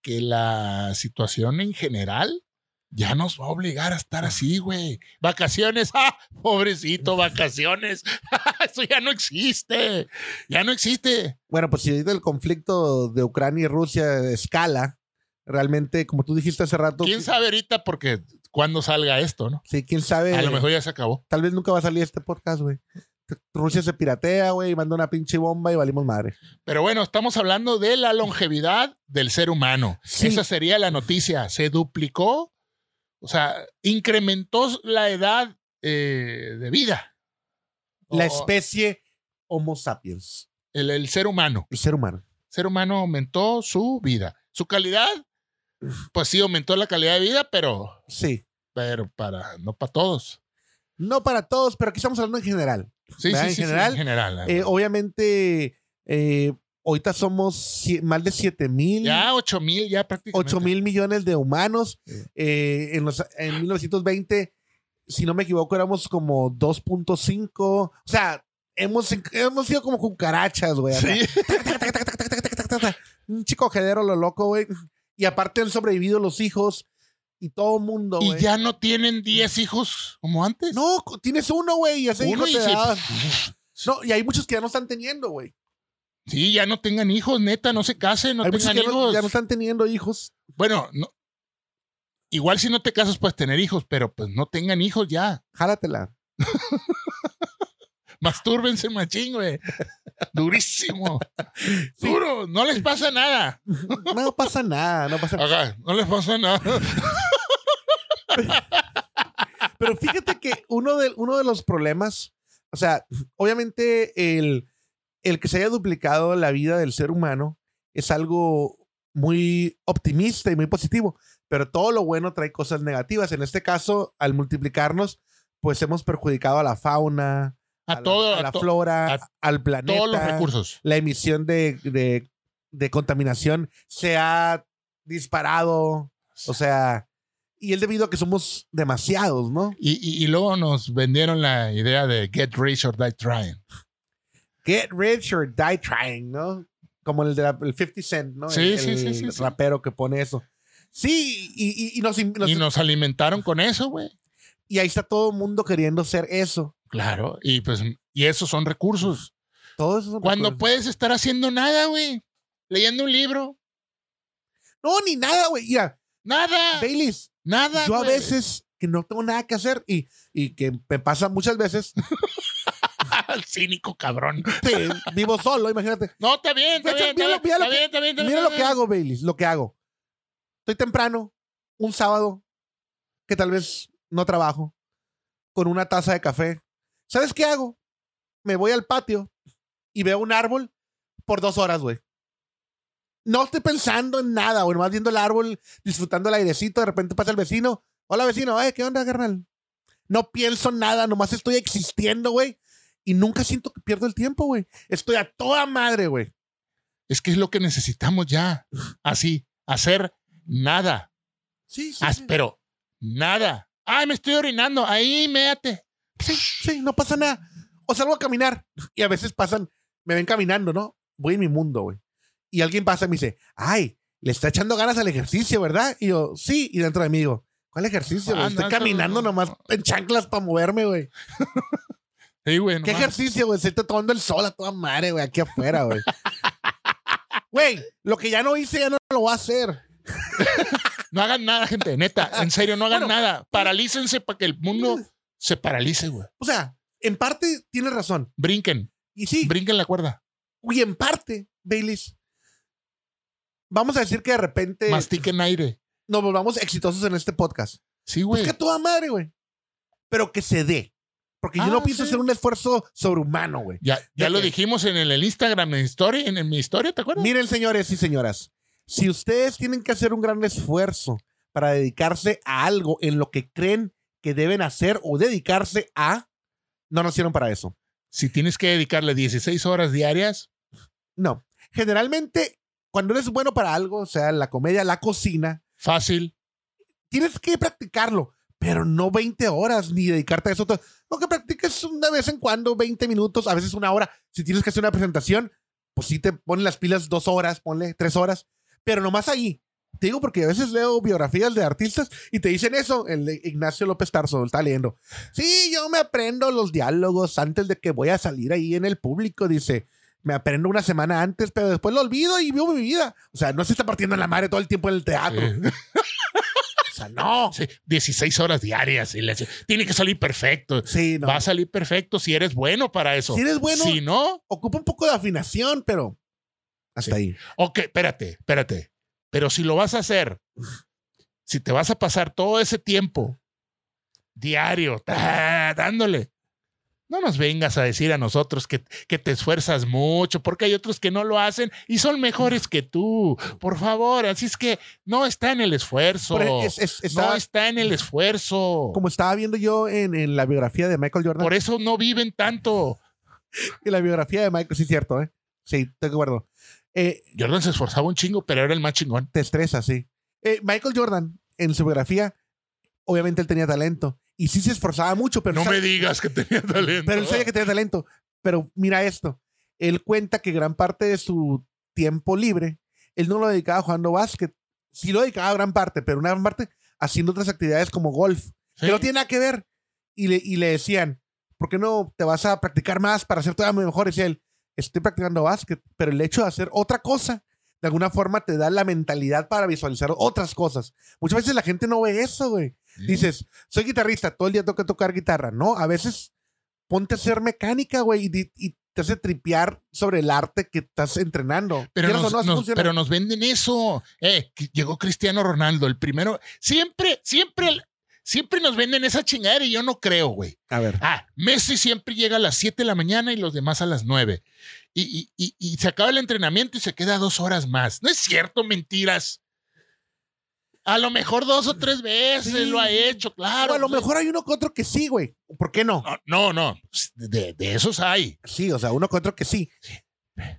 A: que la situación en general ya nos va a obligar a estar así, güey? Vacaciones, ah, pobrecito, vacaciones. <laughs> Eso ya no existe. Ya no existe.
B: Bueno, pues si el conflicto de Ucrania y Rusia escala, realmente, como tú dijiste hace rato,
A: ¿Quién sabe ahorita porque cuando salga esto, no?
B: Sí, quién sabe.
A: A lo mejor ya se acabó.
B: Tal vez nunca va a salir este podcast, güey. Rusia se piratea, güey, y manda una pinche bomba y valimos madre.
A: Pero bueno, estamos hablando de la longevidad del ser humano.
B: Sí.
A: Esa sería la noticia. Se duplicó, o sea, incrementó la edad eh, de vida.
B: La
A: O-
B: especie Homo sapiens,
A: El, el ser humano.
B: el ser humano.
A: El ser humano aumentó su vida. Su calidad, pues sí, aumentó la calidad de vida, pero,
B: Sí.
A: pero para, no para todos.
B: No para todos, pero aquí estamos hablando en general.
A: Sí, sí,
B: ¿Verdad?
A: sí,
B: En
A: sí,
B: general,
A: en general.
B: Eh, obviamente, eh, ahorita somos cie- más de 7 mil,
A: ya 8 mil, ya prácticamente.
B: 8 mil millones de humanos.
A: Sí.
B: Eh, en, los, en 1920, si no me equivoco, éramos como 2.5. O sea, hemos, hemos sido como cucarachas, güey. acá.
A: Sí.
B: <laughs> tac, tac, tac, tac, tac, tac, tac, tac, tac. Un chico jedero lo loco, güey. Y aparte han sobrevivido los hijos y todo el mundo,
A: Y
B: güey.
A: ya no tienen 10 hijos como antes.
B: No, co- tienes uno, güey, y ese
A: Uno
B: hijo
A: y
B: te
A: se-
B: da- No, y hay muchos que ya no están teniendo, güey.
A: Sí, ya no tengan hijos, neta, no se casen, no
B: hay muchos
A: tengan
B: que ya no,
A: hijos.
B: ya no están teniendo hijos.
A: Bueno, no- igual si no te casas puedes tener hijos, pero pues no tengan hijos ya. <laughs>
B: Jálatela.
A: Mastúrbense machín, güey.
B: <laughs>
A: Durísimo. Duro, no les pasa nada.
B: No pasa nada, <laughs> no pasa nada.
A: Ajá, no les pasa nada.
B: Pero fíjate que uno de, uno de los problemas, o sea, obviamente el, el que se haya duplicado la vida del ser humano es algo muy optimista y muy positivo, pero todo lo bueno trae cosas negativas. En este caso, al multiplicarnos, pues hemos perjudicado a la fauna,
A: A,
B: la,
A: todo,
B: a la
A: a to-
B: flora,
A: a
B: al planeta.
A: todos los recursos.
B: La emisión de, de- de contaminación se ha disparado, o sea, y es debido a que somos demasiados, ¿no?
A: Y, y- y luego nos vendieron la idea de get rich or die trying.
B: Get rich or die trying, ¿no? Como el de la- el 50 Cent, ¿no?
A: Sí,
B: el,
A: sí, sí,
B: el
A: sí, sí.
B: rapero que pone eso. Sí, y, y- y nos, nos-
A: Y nos alimentaron con eso, güey.
B: y ahí está todo el mundo queriendo ser eso.
A: Claro. Y pues, y esos son recursos.
B: Todo eso son
A: Cuando
B: recuerdos.
A: puedes estar haciendo nada, güey. Leyendo un libro.
B: No, ni nada, güey. Mira,
A: Nada.
B: Baileys,
A: Nada.
B: yo a
A: güey.
B: veces que no tengo nada que hacer y, y que me pasa muchas veces, <laughs>
A: <laughs> El cínico cabrón.
B: te- vivo solo, imagínate.
A: No, está bien, está
B: De hecho,
A: bien. Está
B: mira
A: bien,
B: lo- mira lo
A: está bien, está
B: que-
A: bien, está bien,
B: Mira lo
A: está
B: que
A: bien.
B: hago, Baileys, lo que hago. Estoy temprano, un sábado, que tal vez no trabajo, con una taza de café. ¿Sabes qué hago? Me voy al patio y veo un árbol por dos horas, güey. No estoy pensando en nada, güey, nomás viendo el árbol, disfrutando el airecito, de repente pasa el vecino. Hola, vecino, "Ay, ¿qué onda, carnal? No pienso nada, nomás estoy existiendo, güey. Y nunca siento que pierdo el tiempo, güey. Estoy a toda madre, güey.
A: Es que es lo que necesitamos ya. Así, hacer nada.
B: Sí, sí.
A: Haz- pero nada. Ay, me estoy orinando. Ahí, méate.
B: Sí, sí, no pasa nada. O salgo a caminar y a veces pasan, me ven caminando, ¿no? Voy en mi mundo, güey. Y alguien pasa y me dice, ay, le está echando ganas al ejercicio, ¿verdad? Y yo, sí, y dentro de mí digo, ¿cuál ejercicio? güey?
A: Ah,
B: Estoy
A: no, eso
B: caminando
A: no.
B: nomás en chanclas para moverme, güey.
A: Sí, güey. no
B: ¿Qué
A: mames.
B: ejercicio, güey? Se está tomando el sol a toda madre, güey, aquí
A: <laughs>
B: afuera, güey. Güey, lo que ya no hice ya no lo voy a hacer.
A: No hagan nada, gente.
B: <laughs>
A: Neta, en serio, no hagan
B: Bueno.
A: nada. Paralícense para que el mundo se paralice, güey.
B: O sea, en parte tienes razón.
A: Brinquen,
B: Y sí,
A: brinquen la cuerda.
B: y en parte, Baileys, vamos a decir que de repente...
A: Mastiquen aire.
B: nos volvamos exitosos en este podcast.
A: Sí,
B: Pues
A: güey.
B: que a toda madre, güey. Pero que se dé. Porque
A: Ah,
B: yo no pienso
A: sí.
B: hacer un esfuerzo sobrehumano, güey.
A: Ya, ya
B: ¿De
A: lo
B: qué?
A: dijimos en el, el Instagram, en, story, en, en mi historia, ¿te acuerdas?
B: Miren, señores y señoras, si ustedes tienen que hacer un gran esfuerzo para dedicarse a algo en lo que creen que deben hacer o dedicarse a, no nacieron para eso.
A: Si tienes que dedicarle 16 horas diarias,
B: No. Generalmente, cuando eres bueno para algo, o sea, la comedia, la cocina,
A: fácil.
B: tienes que practicarlo, pero no 20 horas ni dedicarte a eso. todo. Lo que practiques una vez en cuando, 20 minutos, a veces una hora. Si tienes que hacer una presentación, pues sí te ponen las pilas dos horas, ponle tres horas, pero nomás ahí. Te digo porque a veces leo biografías de artistas y te dicen eso. El de Ignacio López Tarso está leyendo. Sí, yo me aprendo los diálogos antes de que voy a salir ahí en el público, dice. Me aprendo una semana antes, pero después lo olvido y vivo mi vida. O sea, no se está partiendo la madre todo el tiempo en el teatro.
A: Eh,
B: O sea, no.
A: sí, 16 horas diarias. y le- tiene que salir perfecto.
B: Sí, no.
A: Va a salir perfecto si eres bueno para eso.
B: Si eres bueno,
A: Si no,
B: ocupa un poco de afinación, pero hasta ahí.
A: ok, espérate, espérate. Pero si lo vas a hacer, si te vas a pasar todo ese tiempo diario, ta, dándole, no nos vengas a decir a nosotros que, que te esfuerzas mucho, porque hay otros que no lo hacen y son mejores que tú. Por favor, así es que no está en el esfuerzo.
B: Por ej- es- es-
A: No
B: estaba-
A: está en el esfuerzo.
B: Como estaba viendo yo en, en la biografía de Michael Jordan.
A: Por e eso no viven tanto.
B: En la biografía de Michael, sí, cierto, ¿eh? Sí, te acuerdo. Eh,
A: Jordan se esforzaba un chingo, pero era el más chingón.
B: te estresa, sí. Eh, Michael Jordan, en su biografía, obviamente él tenía talento. Y sí se esforzaba mucho, pero,
A: no
B: sa-
A: me digas que tenía talento.
B: <laughs> pero él sabía que tenía talento. Pero mira esto. Él cuenta que gran parte de su tiempo libre, él no lo dedicaba jugando básquet. Sí lo dedicaba a gran parte, pero una gran parte haciendo otras actividades como golf.
A: Sí.
B: que no tiene nada que ver. Y le, y le decían, ¿por qué no te vas a practicar más para ser todavía mejor? Y decía él, estoy practicando básquet, pero el hecho de hacer otra cosa, de alguna forma te da la mentalidad para visualizar otras cosas. Muchas veces la gente no ve eso, güey. Dices, soy guitarrista, todo el día tengo que tocar guitarra. No, a veces ponte a hacer mecánica, güey, y, di- y te hace tripear sobre el arte que estás entrenando.
A: Pero
B: Quieras o
A: nos,
B: no, así
A: nos-
B: funciona.
A: pero nos venden eso. Eh, que llegó Cristiano Ronaldo, el primero. Siempre, siempre, el- siempre nos venden esa chingadera y yo no creo, güey.
B: a ver,
A: Ah, Messi siempre llega a las 7 de la mañana y los demás a las 9. Y, y- y- y se acaba el entrenamiento y se queda dos horas más. No es cierto, mentiras. A lo mejor dos o tres veces
B: Sí.
A: lo ha hecho, claro.
B: o a lo
A: pues,
B: mejor hay uno que otro que sí, güey. ¿Por qué no?
A: Ah, No, no, no. De, de esos hay.
B: Sí, o sea, uno contra que sí.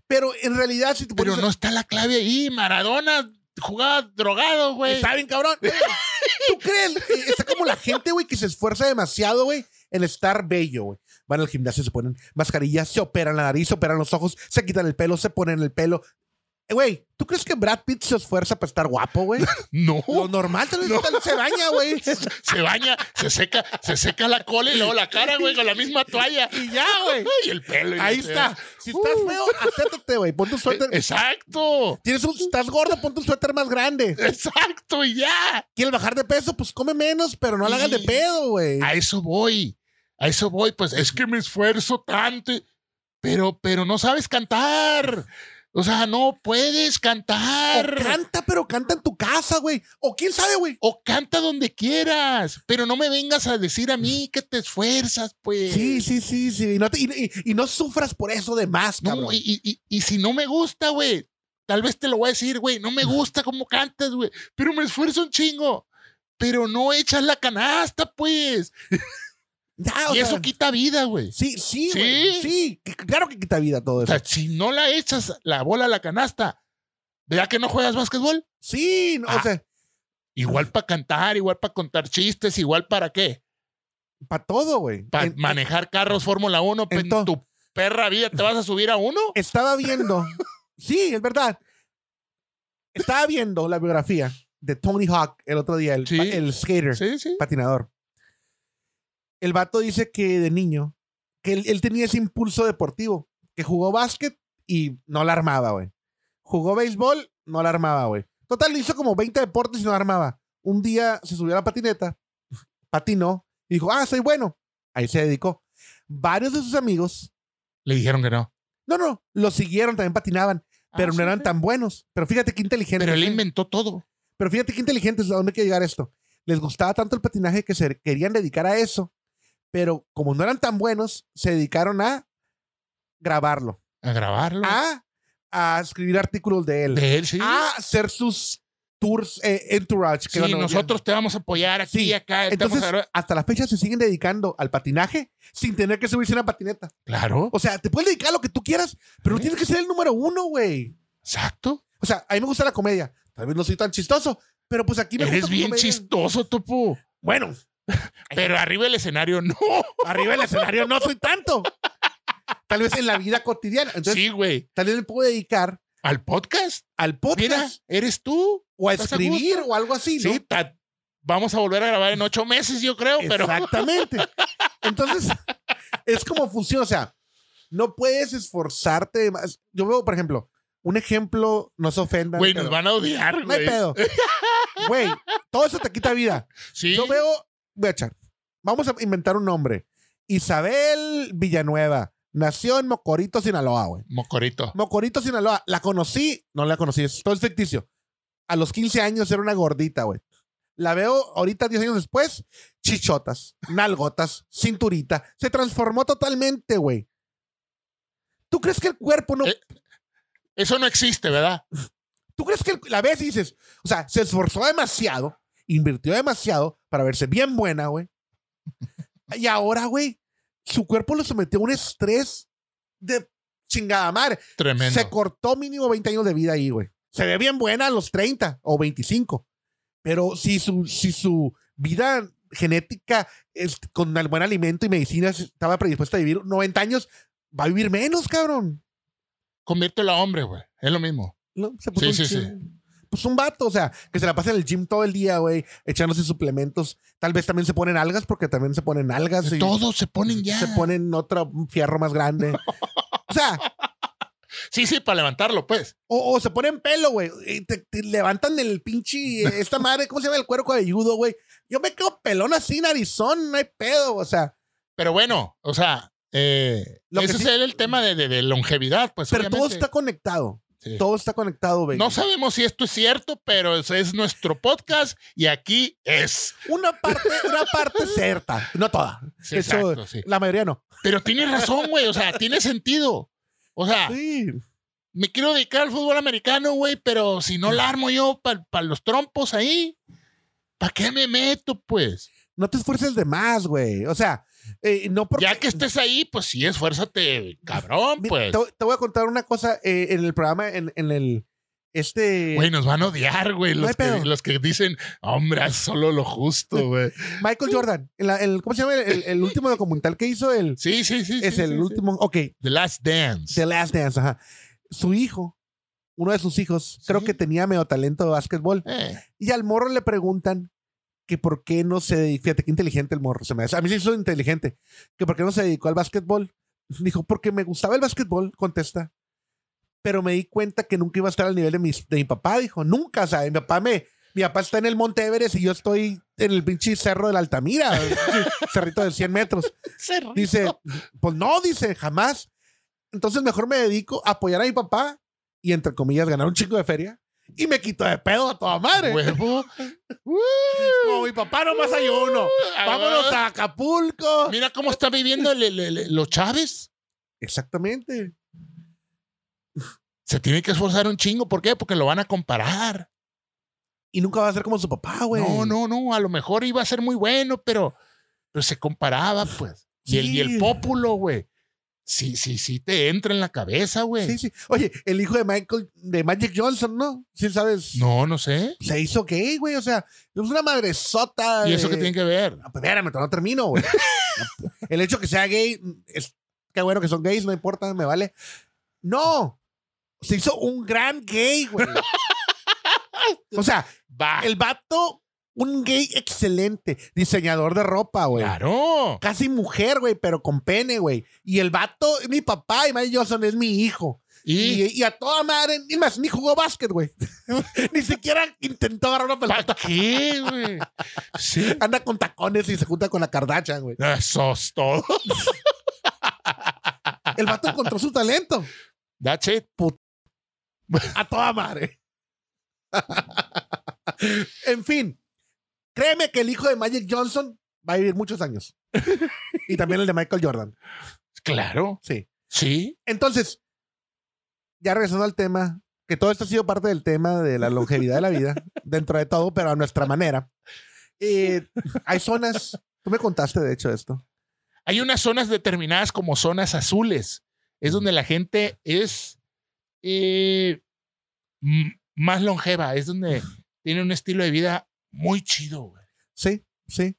B: Pero en realidad, si te
A: Pero
B: pones-
A: no está la clave ahí. Maradona jugaba drogado, güey.
B: Está bien, cabrón.
A: <laughs>
B: ¿Tú crees? Eh, Está como la gente, güey, que se esfuerza demasiado, güey, en estar bello, güey. Van al gimnasio, se ponen mascarillas, se operan la nariz, se operan los ojos, se quitan el pelo, se ponen el pelo. Eh, Güey, ¿tú crees que Brad Pitt se esfuerza para estar guapo, güey?
A: <laughs> No.
B: Lo normal, tal vez tal- se baña,
A: <laughs>
B: güey.
A: Se baña, se seca, se seca la cola y luego la cara, güey, con la misma toalla.
B: Y ya, <laughs> güey.
A: Y el pelo. y
B: Ahí
A: la-
B: está. Si estás
A: Uh.
B: feo, acéptate, güey. Pon tu
A: Eh,
B: suéter.
A: Exacto.
B: Tienes un, estás gordo, ponte un suéter más grande.
A: Exacto, y ya.
B: ¿Quieres bajar de peso? Pues come menos, pero no la hagas de
A: Sí.
B: pedo, güey.
A: A eso voy. A eso voy. Pues es que me esfuerzo tanto. y- Pero, pero no sabes cantar. O sea, no puedes
B: O
A: cantar.
B: canta, pero canta en tu casa, güey. O quién sabe, güey.
A: o canta donde quieras, pero no me vengas a decir a mí que te esfuerzas, pues.
B: Sí, sí, sí, sí. Y no, te- y, y- y no sufras por eso de más,
A: No,
B: cabrón.
A: y, y- y- y si no me gusta, güey, tal vez te lo voy a decir, güey, no me gusta cómo cantas, güey, pero me esfuerzo un chingo. Pero no echas la canasta, pues.
B: Ya, Ah, o
A: Y eso
B: sea,
A: quita vida, güey.
B: Sí, sí,
A: Sí.
B: güey. Sí, que- claro que quita vida todo
A: O
B: eso.
A: sea, si no la echas la bola a la canasta, ¿verdad que no juegas básquetbol?
B: Sí, no,
A: Ah.
B: o sea,
A: Igual para cantar, igual para contar chistes, igual para qué?
B: para todo, güey.
A: Para
B: En-
A: manejar carros Fórmula 1, en
B: Ento-
A: tu perra vida te vas a subir a
B: <laughs>
A: uno. <laughs>
B: Estaba viendo. sí, es verdad. Estaba viendo la biografía de Tony Hawk el otro día, el,
A: Sí.
B: pa- el skater.
A: Sí, sí.
B: patinador. El vato dice que de niño, que él, él tenía ese impulso deportivo, que jugó básquet y no la armaba, güey. Jugó béisbol, no la armaba, güey. Total, hizo como 20 deportes y no la armaba. Un día se subió a la patineta, patinó, y dijo, ah, soy bueno. Ahí se dedicó. Varios de sus amigos,
A: Le dijeron que no.
B: no, no, lo siguieron, también patinaban, pero no eran tan buenos. Pero fíjate qué inteligente.
A: Ah, Pero él inventó todo.
B: Pero fíjate qué inteligentes, ¿a dónde quiere llegar esto? Les gustaba tanto el patinaje que se querían dedicar a eso, Pero como no eran tan buenos, se dedicaron a grabarlo,
A: A grabarlo.
B: a, a escribir artículos de él,
A: Mm. de él, sí.
B: a hacer sus tours eh, entourage.
A: sí,
B: van a-
A: nosotros te vamos a apoyar aquí
B: Sí.
A: y acá. estamos
B: Entonces,
A: agra-
B: hasta la fecha se siguen dedicando al patinaje sin tener que subirse a una patineta.
A: Claro,
B: O sea, te puedes dedicar a lo que tú quieras, pero no tienes que ser el número uno, güey.
A: exacto.
B: O sea, a mí me gusta la comedia. Tal vez no soy tan chistoso, pero pues aquí me
A: Eres
B: gusta mi
A: bien
B: comedia.
A: chistoso, Topo.
B: Bueno,
A: Pero arriba del escenario, <laughs> no.
B: arriba del escenario no soy tanto. Tal vez en la vida cotidiana. Entonces,
A: sí, güey.
B: tal vez me puedo dedicar
A: Al podcast.
B: al podcast
A: Mira, eres tú.
B: o a
A: ¿estás a
B: escribir
A: gusto?
B: o algo así, ¿no?
A: Sí, ta- vamos a volver a grabar en ocho meses, yo creo, pero
B: Exactamente. Entonces, es como funciona. O sea, no puedes esforzarte de más. Yo veo, por ejemplo, un ejemplo, no se ofendan.
A: güey, nos
B: pero-
A: van a odiar,
B: No hay
A: güey.
B: pedo. Güey, todo eso te quita vida.
A: Sí,
B: Yo veo, voy a echar. Vamos a inventar un nombre. Isabel Villanueva. Nació en Mocorito, Sinaloa, güey.
A: mocorito.
B: Mocorito, Sinaloa. La conocí, no la conocí, es todo es ficticio. A los 15 años era una gordita, güey. La veo ahorita, 10 años después, chichotas, nalgotas, cinturita. Se transformó totalmente, güey. ¿Tú crees que el cuerpo no...
A: Eh. Eso no existe, ¿verdad?
B: ¿Tú crees que el- la ves y dices, o sea, se esforzó demasiado, invirtió demasiado para verse bien buena, güey? <laughs> Y ahora, güey, su cuerpo lo sometió a un estrés de chingada madre.
A: Tremendo.
B: Se cortó mínimo 20 años de vida ahí, güey. Se ve bien buena a los 30 o 25. Pero si su, si su vida genética es, con el buen alimento y medicina estaba predispuesta a vivir 90 años, va a vivir menos, cabrón.
A: Conviértelo a hombre, güey. Es lo mismo.
B: ¿No? Se puso
A: Sí,
B: un
A: sí, sí.
B: chin- Pues un vato, o sea, que se la pasa en el gym todo el día, güey, echándose suplementos. Tal vez también se ponen algas, porque también se ponen algas. y
A: Todos se ponen ya.
B: Se ponen otro fierro más grande.
A: <laughs>
B: o sea,
A: Sí, sí, para levantarlo, pues.
B: O, o se ponen pelo, güey. y Te, te levantan el
A: <laughs>
B: pinche. eh, Esta madre, ¿cómo se llama? El cuero cabelludo, güey. Yo me quedo pelón así, narizón, no hay pedo. O sea,
A: Pero bueno, o sea, eh,
B: Lo que
A: ese
B: sí-
A: es el, el tema de, de- de longevidad, pues.
B: pero todo
A: obviamente.
B: está conectado.
A: Sí.
B: Todo está conectado, güey.
A: No sabemos si esto es cierto, pero es, es nuestro podcast y aquí es.
B: Una parte, una
A: <laughs>
B: parte cierta. No toda.
A: Sí,
B: Eso-
A: exacto, sí.
B: La mayoría no.
A: Pero tienes razón, güey. O sea, tiene sentido. O sea,
B: Sí.
A: me quiero dedicar al fútbol americano, güey, pero si no la armo yo para los trompos ahí, ¿para qué me meto, pues?
B: No te esfuerces de más, güey. O sea, eh, no porque.
A: Ya que estés ahí, pues sí, esfuérzate, cabrón,
B: Mira,
A: pues.
B: te, te voy a contar una cosa eh, en el programa, en, en el. Este.
A: Güey, nos van a odiar, güey,
B: No hay
A: los, que,
B: pedo.
A: los que dicen, hombre, haz solo lo
B: <laughs>
A: justo, güey.
B: Michael Jordan. en la- el- ¿Cómo se llama? El, el último documental que hizo el.
A: Sí, sí, sí.
B: Es
A: sí,
B: el
A: sí, sí.
B: último. Ok,
A: The Last Dance.
B: The Last Dance, ajá. Su hijo, uno de sus hijos, creo
A: Sí.
B: que tenía medio talento de básquetbol.
A: Eh,
B: Y al morro le preguntan que por qué no se... dedi- Fíjate qué inteligente el morro. Se me hace- a mí se hizo inteligente. Que por qué no se dedicó al básquetbol. Dijo, porque me gustaba el básquetbol, contesta. Pero me di cuenta que nunca iba a estar al nivel de, mis- de mi papá, dijo. Nunca, o sea, mi papá me... Mi papá está en el Monte Everest y yo estoy en el pinche cerro de la Altamira, <laughs> cerrito de 100 metros.
A: se ri-
B: Dice, pues no, dice, jamás. Entonces mejor me dedico a apoyar a mi papá y entre comillas ganar un chico de feria y me quito de pedo a toda madre. <laughs>
A: Huevo. Uh,
B: No, mi papá nomás hay uno.
A: ah,
B: Vámonos a Acapulco.
A: Mira cómo está viviendo el- el- el- los Chávez.
B: Exactamente.
A: Se tiene que esforzar un chingo. ¿Por qué? Porque lo van a comparar.
B: Y nunca va a ser como su papá, güey.
A: No, no, no. A lo mejor iba a ser muy bueno, pero, pero se comparaba, pues. Y el, y el
B: Sí.
A: pópulo, güey. Sí, sí, sí, te entra en la cabeza, güey.
B: Sí, sí. Oye, el hijo de Michael, de Magic Johnson, ¿no? Sí, sabes.
A: No, no sé.
B: Se hizo gay, güey. O sea, es una madresota.
A: ¿Y eso
B: de-
A: qué tiene que ver?
B: No, Ah, pues Espérame, todavía no termino,
A: <laughs>
B: güey. El hecho que sea gay, es, qué bueno que son gays, no importa, me vale. No, se hizo un gran gay,
A: <laughs>
B: güey. O sea,
A: Va.
B: el vato, un gay excelente, diseñador de ropa, güey.
A: Claro.
B: Casi mujer, güey, pero con pene, güey. Y el vato, mi papá y Mike Johnson es mi hijo.
A: Y,
B: Y, y a toda madre, ni más, ni jugó básquet, güey. <laughs> ni siquiera intentó agarrar una
A: ¿para
B: pelota.
A: qué, güey? Sí.
B: Anda con tacones y se junta con la Kardashian, güey.
A: Eso es todo.
B: El vato encontró su talento.
A: That's it.
B: A toda madre. en fin, créeme que el hijo de Magic Johnson va a vivir muchos años. y también el de Michael Jordan.
A: Claro.
B: Sí.
A: Sí.
B: Entonces, ya regresando al tema, que todo esto ha sido parte del tema de la longevidad de la vida, dentro de todo, pero a nuestra manera. Eh, hay zonas, tú me contaste de hecho esto.
A: Hay unas zonas determinadas como zonas azules. Es donde la gente es eh, m- más longeva. Es donde tiene un estilo de vida muy chido. güey.
B: Sí, sí.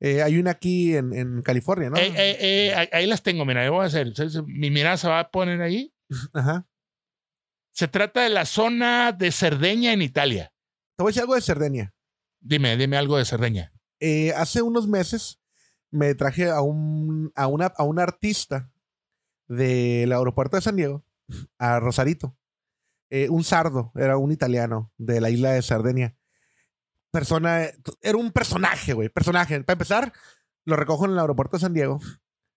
B: Eh, hay una aquí en, en California, ¿no?
A: Eh, eh, eh, ahí- ahí las tengo, mira, yo voy a hacer. entonces, Mi mirada se va a poner ahí.
B: Ajá.
A: Se trata de la zona de Cerdeña en Italia.
B: Te voy a decir algo de Cerdeña.
A: Dime, dime algo de Cerdeña.
B: Eh, hace unos meses me traje a un, a una, a un artista del aeropuerto de San Diego, a Rosarito. Eh, un sardo, era un italiano de la isla de Sardenia. Persona, eh, era un personaje, güey, personaje. Para empezar, lo recojo en el aeropuerto de San Diego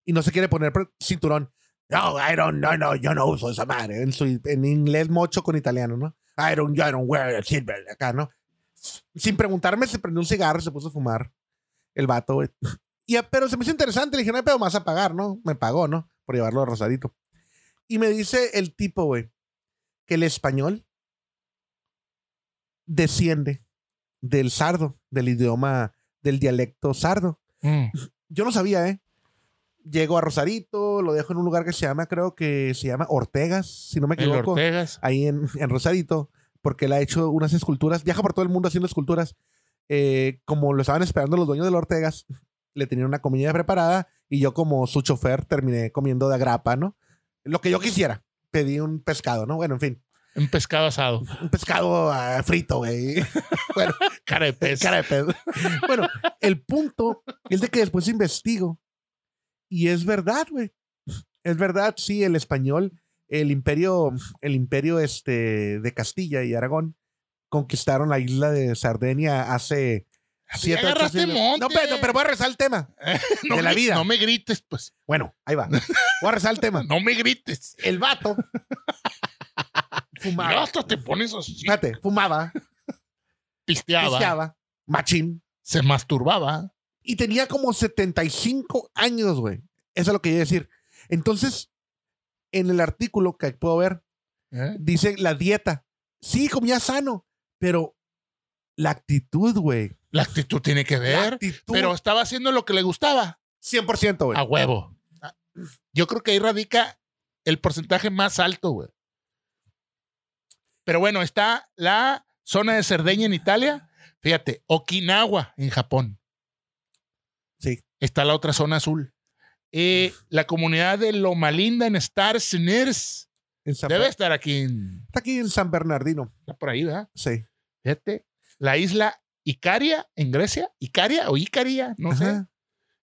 B: y no se quiere poner pre- cinturón. No, I don't, no, no, yo no uso esa madre. En, su, en inglés mocho con italiano, ¿no? I don't, I don't wear a seatbelt acá, ¿no? Sin preguntarme, se prendió un cigarro y se puso a fumar el vato, güey. Y, a- pero se me hizo interesante. Le dije, no hay pedo, me vas a pagar, ¿no? Me pagó, ¿no? Por llevarlo a Rosarito. Y me dice el tipo, güey, que el español desciende del sardo, del idioma, del dialecto sardo.
A: Mm.
B: Yo no sabía, ¿eh? Llego a Rosarito, lo dejo en un lugar que se llama, creo que se llama Ortegas, si no me
A: El
B: equivoco
A: Ortegas.
B: ahí en, en Rosarito, porque él ha hecho unas esculturas, viaja por todo el mundo haciendo esculturas. Eh, como lo estaban esperando los dueños del Ortegas, le tenían una comida preparada y yo como su chofer terminé comiendo de agrapa, ¿no? Lo que yo quisiera. Pedí un pescado, ¿no? Bueno, en fin,
A: Un pescado asado.
B: un pescado ah, frito, güey.
A: Cara
B: <laughs>
A: de pez.
B: Cara
A: <laughs>
B: de pedo. Bueno, el punto es de que después investigo. Y es verdad, güey. Es verdad, sí, el español, el imperio, el imperio este de Castilla y Aragón conquistaron la isla de Sardenia hace
A: Así
B: siete, ocho
A: agarraste
B: siglos.
A: monte.
B: No, pero, pero voy a rezar el tema.
A: No
B: de la
A: gri-
B: vida.
A: No me grites, pues.
B: Bueno, ahí va. Voy a rezar el tema.
A: No me grites.
B: El
A: <laughs>
B: vato
A: Yo
B: fumaba.
A: hasta te pones así.
B: Fíjate, fumaba,
A: Pisteaba.
B: pisteaba, machín.
A: Se masturbaba.
B: Y tenía como 75 años, güey. Eso es lo que iba a decir. Entonces, en el artículo que puedo ver,
A: ¿eh?
B: dice la dieta. Sí, comía sano, pero la actitud, güey.
A: La actitud tiene que
B: La
A: ver.
B: actitud.
A: Pero estaba haciendo lo que le gustaba.
B: 100%, güey.
A: A huevo. pues, ah, Yo creo que ahí radica el porcentaje más alto, güey. Pero bueno, está la zona de Cerdeña en Italia. Fíjate, Okinawa en Japón.
B: Sí.
A: Está la otra zona azul. Eh, la comunidad de Loma Linda en Star Sinners.
B: En San
A: Debe
B: Ber-
A: estar aquí en.
B: Está aquí en San Bernardino.
A: Está por ahí, ¿verdad?
B: Sí.
A: Fíjate. La isla Icaria en Grecia. Icaria o Icaria, no sé.
B: Ajá,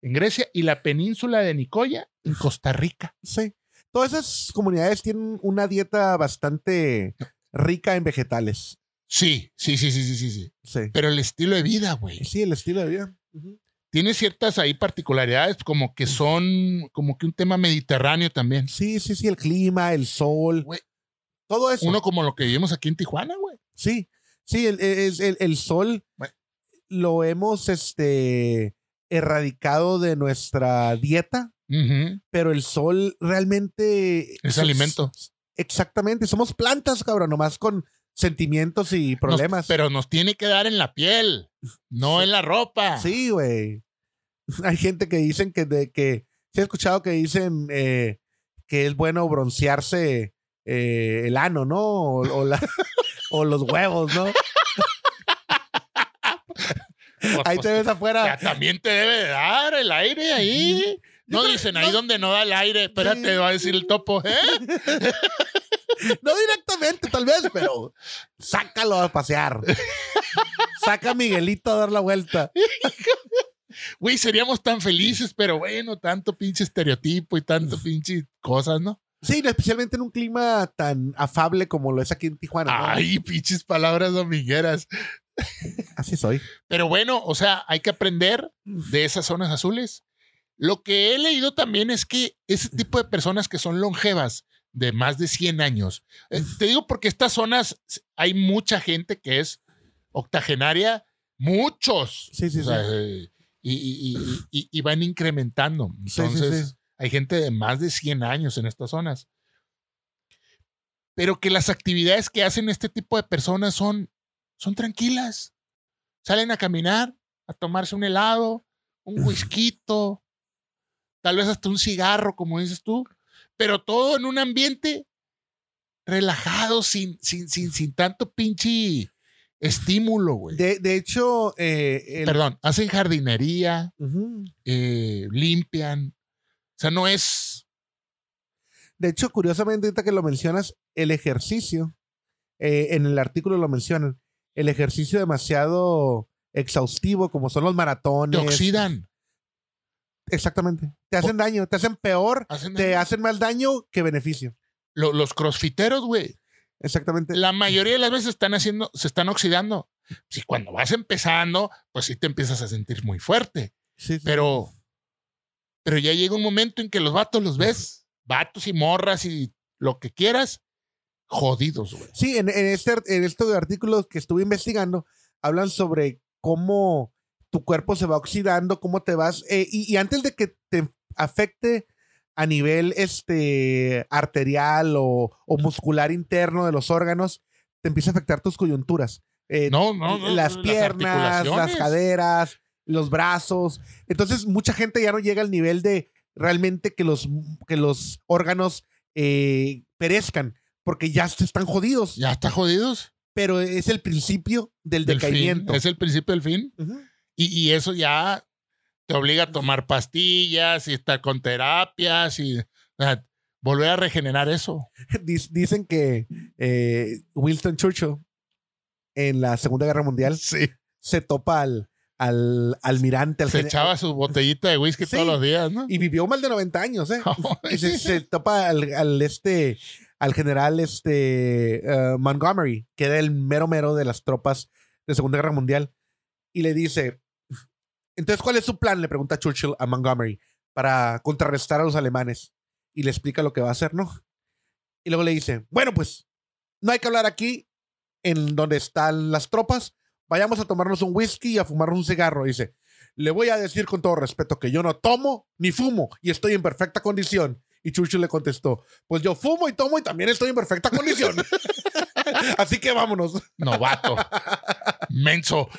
A: En Grecia. Y la península de Nicoya en Costa Rica.
B: Sí. Todas esas comunidades tienen una dieta bastante rica en vegetales.
A: Sí, sí, sí, sí, sí, sí, sí.
B: Sí.
A: Pero el estilo de vida, güey.
B: Sí, el estilo de vida. Ujú.
A: Tiene ciertas ahí particularidades, como que son, como que un tema mediterráneo también.
B: Sí, sí, sí. El clima, el sol.
A: Güey.
B: Todo eso.
A: Uno como lo que vivimos aquí en Tijuana, güey.
B: Sí, sí, el, es- el- el sol
A: Bueno.
B: lo hemos este, erradicado de nuestra dieta,
A: Ujú,
B: pero el sol realmente...
A: Es alimento.
B: Exactamente, somos plantas, cabrón, nomás con sentimientos y problemas.
A: Nos- pero nos tiene que dar en la piel, no en la ropa.
B: Sí, güey. <laughs> Hay gente que dicen que... De, que sí, he escuchado que dicen eh, que es bueno broncearse eh, el ano, ¿no? O, o la- <laughs> o los
A: <laughs>
B: huevos, ¿no?
A: Pues,
B: Ahí
A: pues,
B: te ves afuera.
A: Ya, también te debe de dar el aire ahí. No
B: creo-
A: dicen ahí
B: no-
A: donde no da el aire. Espérate, va a decir el topo. ¿eh?
B: No directamente, tal vez, pero sácalo a pasear. Saca a Miguelito a dar la vuelta.
A: Güey, seríamos tan felices, pero bueno, tanto pinche estereotipo y tanto pinche cosas, ¿no?
B: Sí, no, especialmente en un clima tan afable como lo es aquí en Tijuana. ¿no?
A: Ay, pinches palabras domingueras.
B: Así soy.
A: Pero bueno, o sea, hay que aprender de esas zonas azules. Lo que he leído también es que ese tipo de personas que son longevas de más de 100 años, eh, te digo porque estas zonas hay mucha gente que es octogenaria, muchos.
B: Sí, sí,
A: O sea,
B: sí.
A: eh, y, y- y- y- y van incrementando.
B: Sí, sí,
A: Entonces,
B: sí.
A: hay gente de más de 100 años en estas zonas. Pero que las actividades que hacen este tipo de personas son, son tranquilas. Salen a caminar, a tomarse un helado,
B: <laughs>
A: un whisky, tal vez hasta un cigarro, como dices tú, pero todo en un ambiente relajado, sin, sin, sin, sin tanto pinche estímulo, güey.
B: De, de hecho, eh, el-
A: Perdón, hacen jardinería,
B: Ujú.
A: eh, limpian. O sea, no es
B: de hecho, curiosamente, ahorita que lo mencionas, el ejercicio, eh, en el artículo lo mencionan, el ejercicio demasiado exhaustivo, como son los
A: te
B: maratones.
A: oxidan.
B: Exactamente. Te hacen daño, te hacen peor,
A: Hacen-
B: te hacen más daño que beneficio.
A: lo- los crossfiteros, güey,
B: Exactamente.
A: la mayoría de las veces están haciendo, se están oxidando. Si cuando vas empezando, pues sí te empiezas a sentir muy fuerte.
B: Sí, sí.
A: Pero, pero ya llega un momento en que los vatos los ves, vatos y morras y lo que quieras, jodidos, güey.
B: Sí, en, en este, ar- en estos artículos que estuve investigando, hablan sobre cómo tu cuerpo se va oxidando, cómo te vas. eh, y, y antes de que te afecte a nivel este, arterial o, o muscular interno de los órganos, te empieza a afectar tus coyunturas. Eh,
A: No, no, no,
B: las piernas, las
A: articulaciones.
B: caderas, los brazos. Entonces, mucha gente ya no llega al nivel de realmente que los, que los órganos eh, perezcan, porque ya se están jodidos
A: Ya está jodidos.
B: pero es el principio del
A: Del fin.
B: decaimiento.
A: Es el principio del fin.
B: Ujú.
A: Y, y eso ya te obliga a tomar pastillas y estar con terapias y o sea, volver a regenerar eso.
B: Dic- Dicen que eh, Winston Churchill en la Segunda Guerra Mundial
A: Sí.
B: se topa al, al almirante, al
A: Se
B: gen-
A: echaba su botellita de whisky
B: Sí.
A: todos los días, <laughs> ¿no?
B: y vivió mal de 90 años, ¿eh? <laughs> Y se, se topa al, al este al general este eh, Montgomery, que era el mero mero de las tropas de Segunda Guerra Mundial, y le dice, entonces, ¿cuál es su plan? Le pregunta Churchill a Montgomery para contrarrestar a los alemanes. Y le explica lo que va a hacer, ¿no? Y luego le dice, bueno, pues, no hay que hablar aquí en donde están las tropas. Vayamos a tomarnos un whisky y a fumarnos un cigarro. Y dice, le voy a decir con todo respeto que yo no tomo ni fumo y estoy en perfecta condición. Y Churchill le contestó, pues yo fumo y tomo y también estoy en perfecta condición. <laughs> Así que vámonos.
A: Novato. Menso.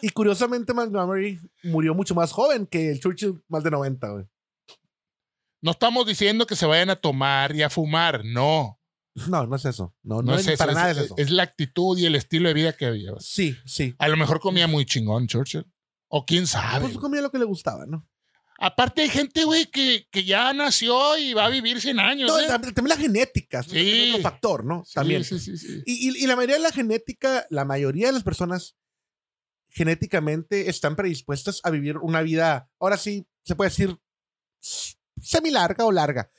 B: Y curiosamente Montgomery murió mucho más joven que el Churchill, más de 90, güey.
A: No estamos diciendo que se vayan a tomar y a fumar, no.
B: No, no es eso. No,
A: No,
B: no,
A: es eso.
B: para
A: es,
B: nada es eso.
A: es la actitud y el estilo de vida que llevas.
B: sí, sí.
A: A lo mejor comía muy chingón, Churchill. O quién sabe.
B: Pues comía lo que le gustaba, ¿no?
A: Aparte hay gente, güey, que, que ya nació y va a vivir 100 años.
B: No,
A: ¿eh?
B: también, también la genética.
A: Sí.
B: Es otro factor, ¿no?
A: Sí,
B: también.
A: sí, sí, sí.
B: Y, y- y la mayoría de la genética, la mayoría de las personas genéticamente están predispuestas a vivir una vida, ahora sí, se puede decir semilarga o larga.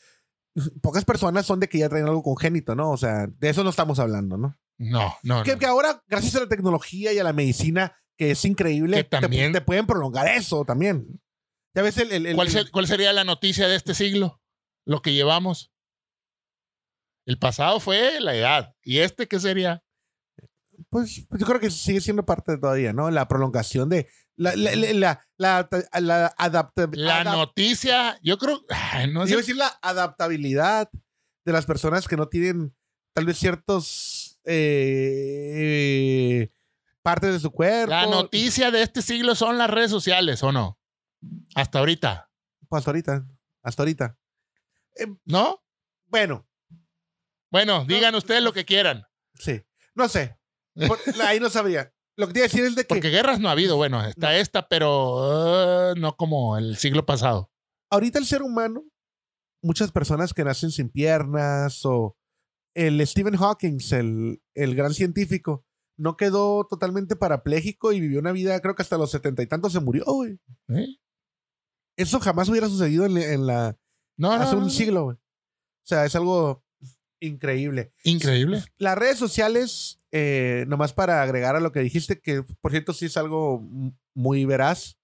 B: <laughs> Pocas personas son de que ya traen algo congénito, ¿no? O sea, de eso no estamos hablando, ¿no?
A: No, no.
B: Que,
A: no.
B: que ahora, gracias a la tecnología y a la medicina, que es increíble,
A: Que
B: te pu-
A: también-
B: te, pueden prolongar eso también. Ya ves el... el- el-
A: ¿Cuál,
B: el-
A: se- cuál sería la noticia de este siglo? Lo que llevamos. El pasado fue la edad. ¿Y este qué sería?
B: pues, pues yo creo que sigue siendo parte todavía, ¿no? La prolongación de... La, la, la, la,
A: La
B: adaptabilidad...
A: noticia, yo creo, ay, no sé,
B: Yo iba a decir la adaptabilidad de las personas que no tienen tal vez ciertos eh, partes de su cuerpo.
A: la noticia de este siglo son las redes sociales, ¿o no? Hasta ahorita,
B: Pues hasta ahorita. Hasta ahorita.
A: ¿no?
B: Bueno,
A: Bueno, digan ustedes lo que quieran,
B: sí. No sé.
A: <laughs>
B: Por- ahí no sabría. Lo que te iba a decir es de que
A: porque guerras no ha habido, bueno, está esta, pero eh, no como el siglo pasado.
B: ahorita el ser humano, muchas personas que nacen sin piernas o el Stephen Hawking, el, el gran científico, no quedó totalmente parapléjico y vivió una vida, creo que hasta los setenta y tantos se murió, güey.
A: ¿eh?
B: Eso jamás hubiera sucedido en, en la
A: No, no,
B: hace
A: no,
B: un
A: no.
B: siglo, güey. O sea, es algo increíble.
A: Increíble.
B: Las redes sociales, eh, nomás para agregar a lo que dijiste, que por cierto sí es algo m- muy veraz,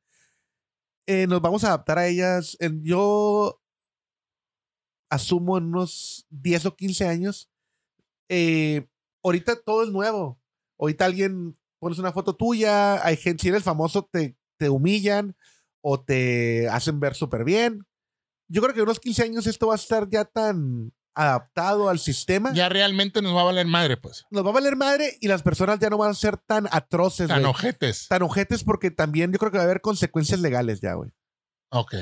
B: eh, nos vamos a adaptar a ellas. En- yo asumo en unos 10 o 15 años. eh, ahorita todo es nuevo. Ahorita alguien pones una foto tuya, hay gente, si eres famoso, te te humillan o te hacen ver súper bien. Yo creo que en unos 15 años esto va a estar ya tan adaptado al sistema.
A: Ya realmente nos va a valer madre, pues.
B: Nos va a valer madre y las personas ya no van a ser tan atroces,
A: Tan
B: güey.
A: ojetes.
B: Tan ojetes porque también yo creo que va a haber consecuencias legales ya, güey.
A: Ok.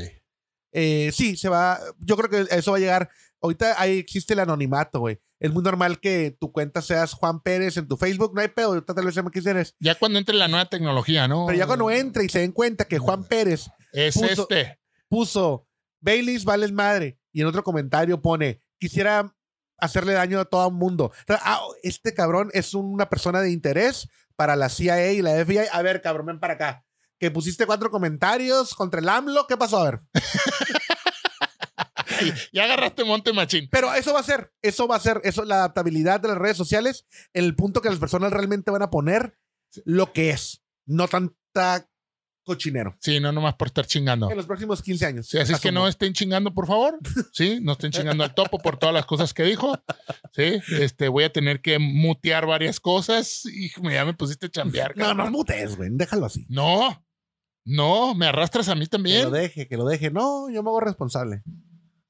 B: Eh, sí, se va. Yo creo que eso va a llegar. Ahorita ahí existe el anonimato, güey. Es muy normal que tu cuenta seas Juan Pérez en tu Facebook, no hay pedo, ahorita tal vez se me quisieras.
A: Ya cuando entre la nueva tecnología, ¿no?
B: Pero ya cuando entra y se den cuenta que Juan Pérez
A: Es
B: puso-
A: este.
B: puso Baileys vales madre y en otro comentario pone quisiera hacerle daño a todo el mundo. O sea, ah, este cabrón es una persona de interés para la CIA y la FBI. A ver, cabrón, ven para acá. Que pusiste cuatro comentarios contra el AMLO, ¿qué pasó? A ver.
A: Ya agarraste Monte Machín.
B: Pero eso va a ser, eso va a ser, eso, la adaptabilidad de las redes sociales, el punto que las personas realmente van a poner lo que es, no tanta cochinero.
A: Sí, no nomás por estar chingando.
B: En los próximos 15 años.
A: Sí, así es que
B: asumo.
A: no estén chingando, por favor. Sí, no estén chingando al topo por todas las cosas que dijo. Sí, este, voy a tener que mutear varias cosas y me- ya me pusiste a chambear.
B: No,
A: cabrón.
B: no mutes, güey, déjalo así.
A: No, no, me arrastras a mí
B: Que lo
A: también.
B: deje, que lo deje. No, yo me hago responsable.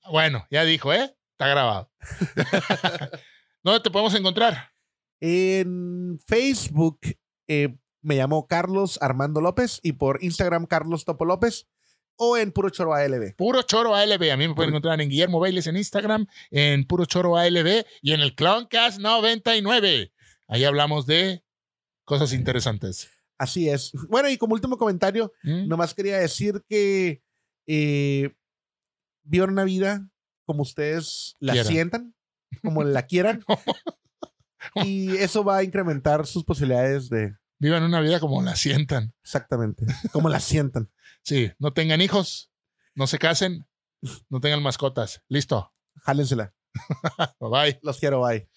A: Bueno, ya dijo, ¿eh? Está grabado. <laughs> ¿Dónde te podemos encontrar?
B: En Facebook eh, me llamo Carlos Armando López y por Instagram Carlos Topo López o en Puro Choro ALB.
A: Puro Choro ALB. A mí me pueden encontrar en Guillermo Bailes en Instagram, en Puro Choro ALB y en el Clowncast 99. Ahí hablamos de cosas interesantes.
B: Así es. Bueno, y como último comentario,
A: ¿Mm?
B: Nomás quería decir que eh, vieron una vida como ustedes la
A: Quieran.
B: sientan, como la quieran. y eso va a incrementar sus posibilidades de
A: Vivan una vida como la sientan.
B: exactamente como la sientan.
A: Sí, no tengan hijos, no se casen, no tengan mascotas. Listo.
B: Jálensela.
A: Bye bye.
B: Los quiero, bye.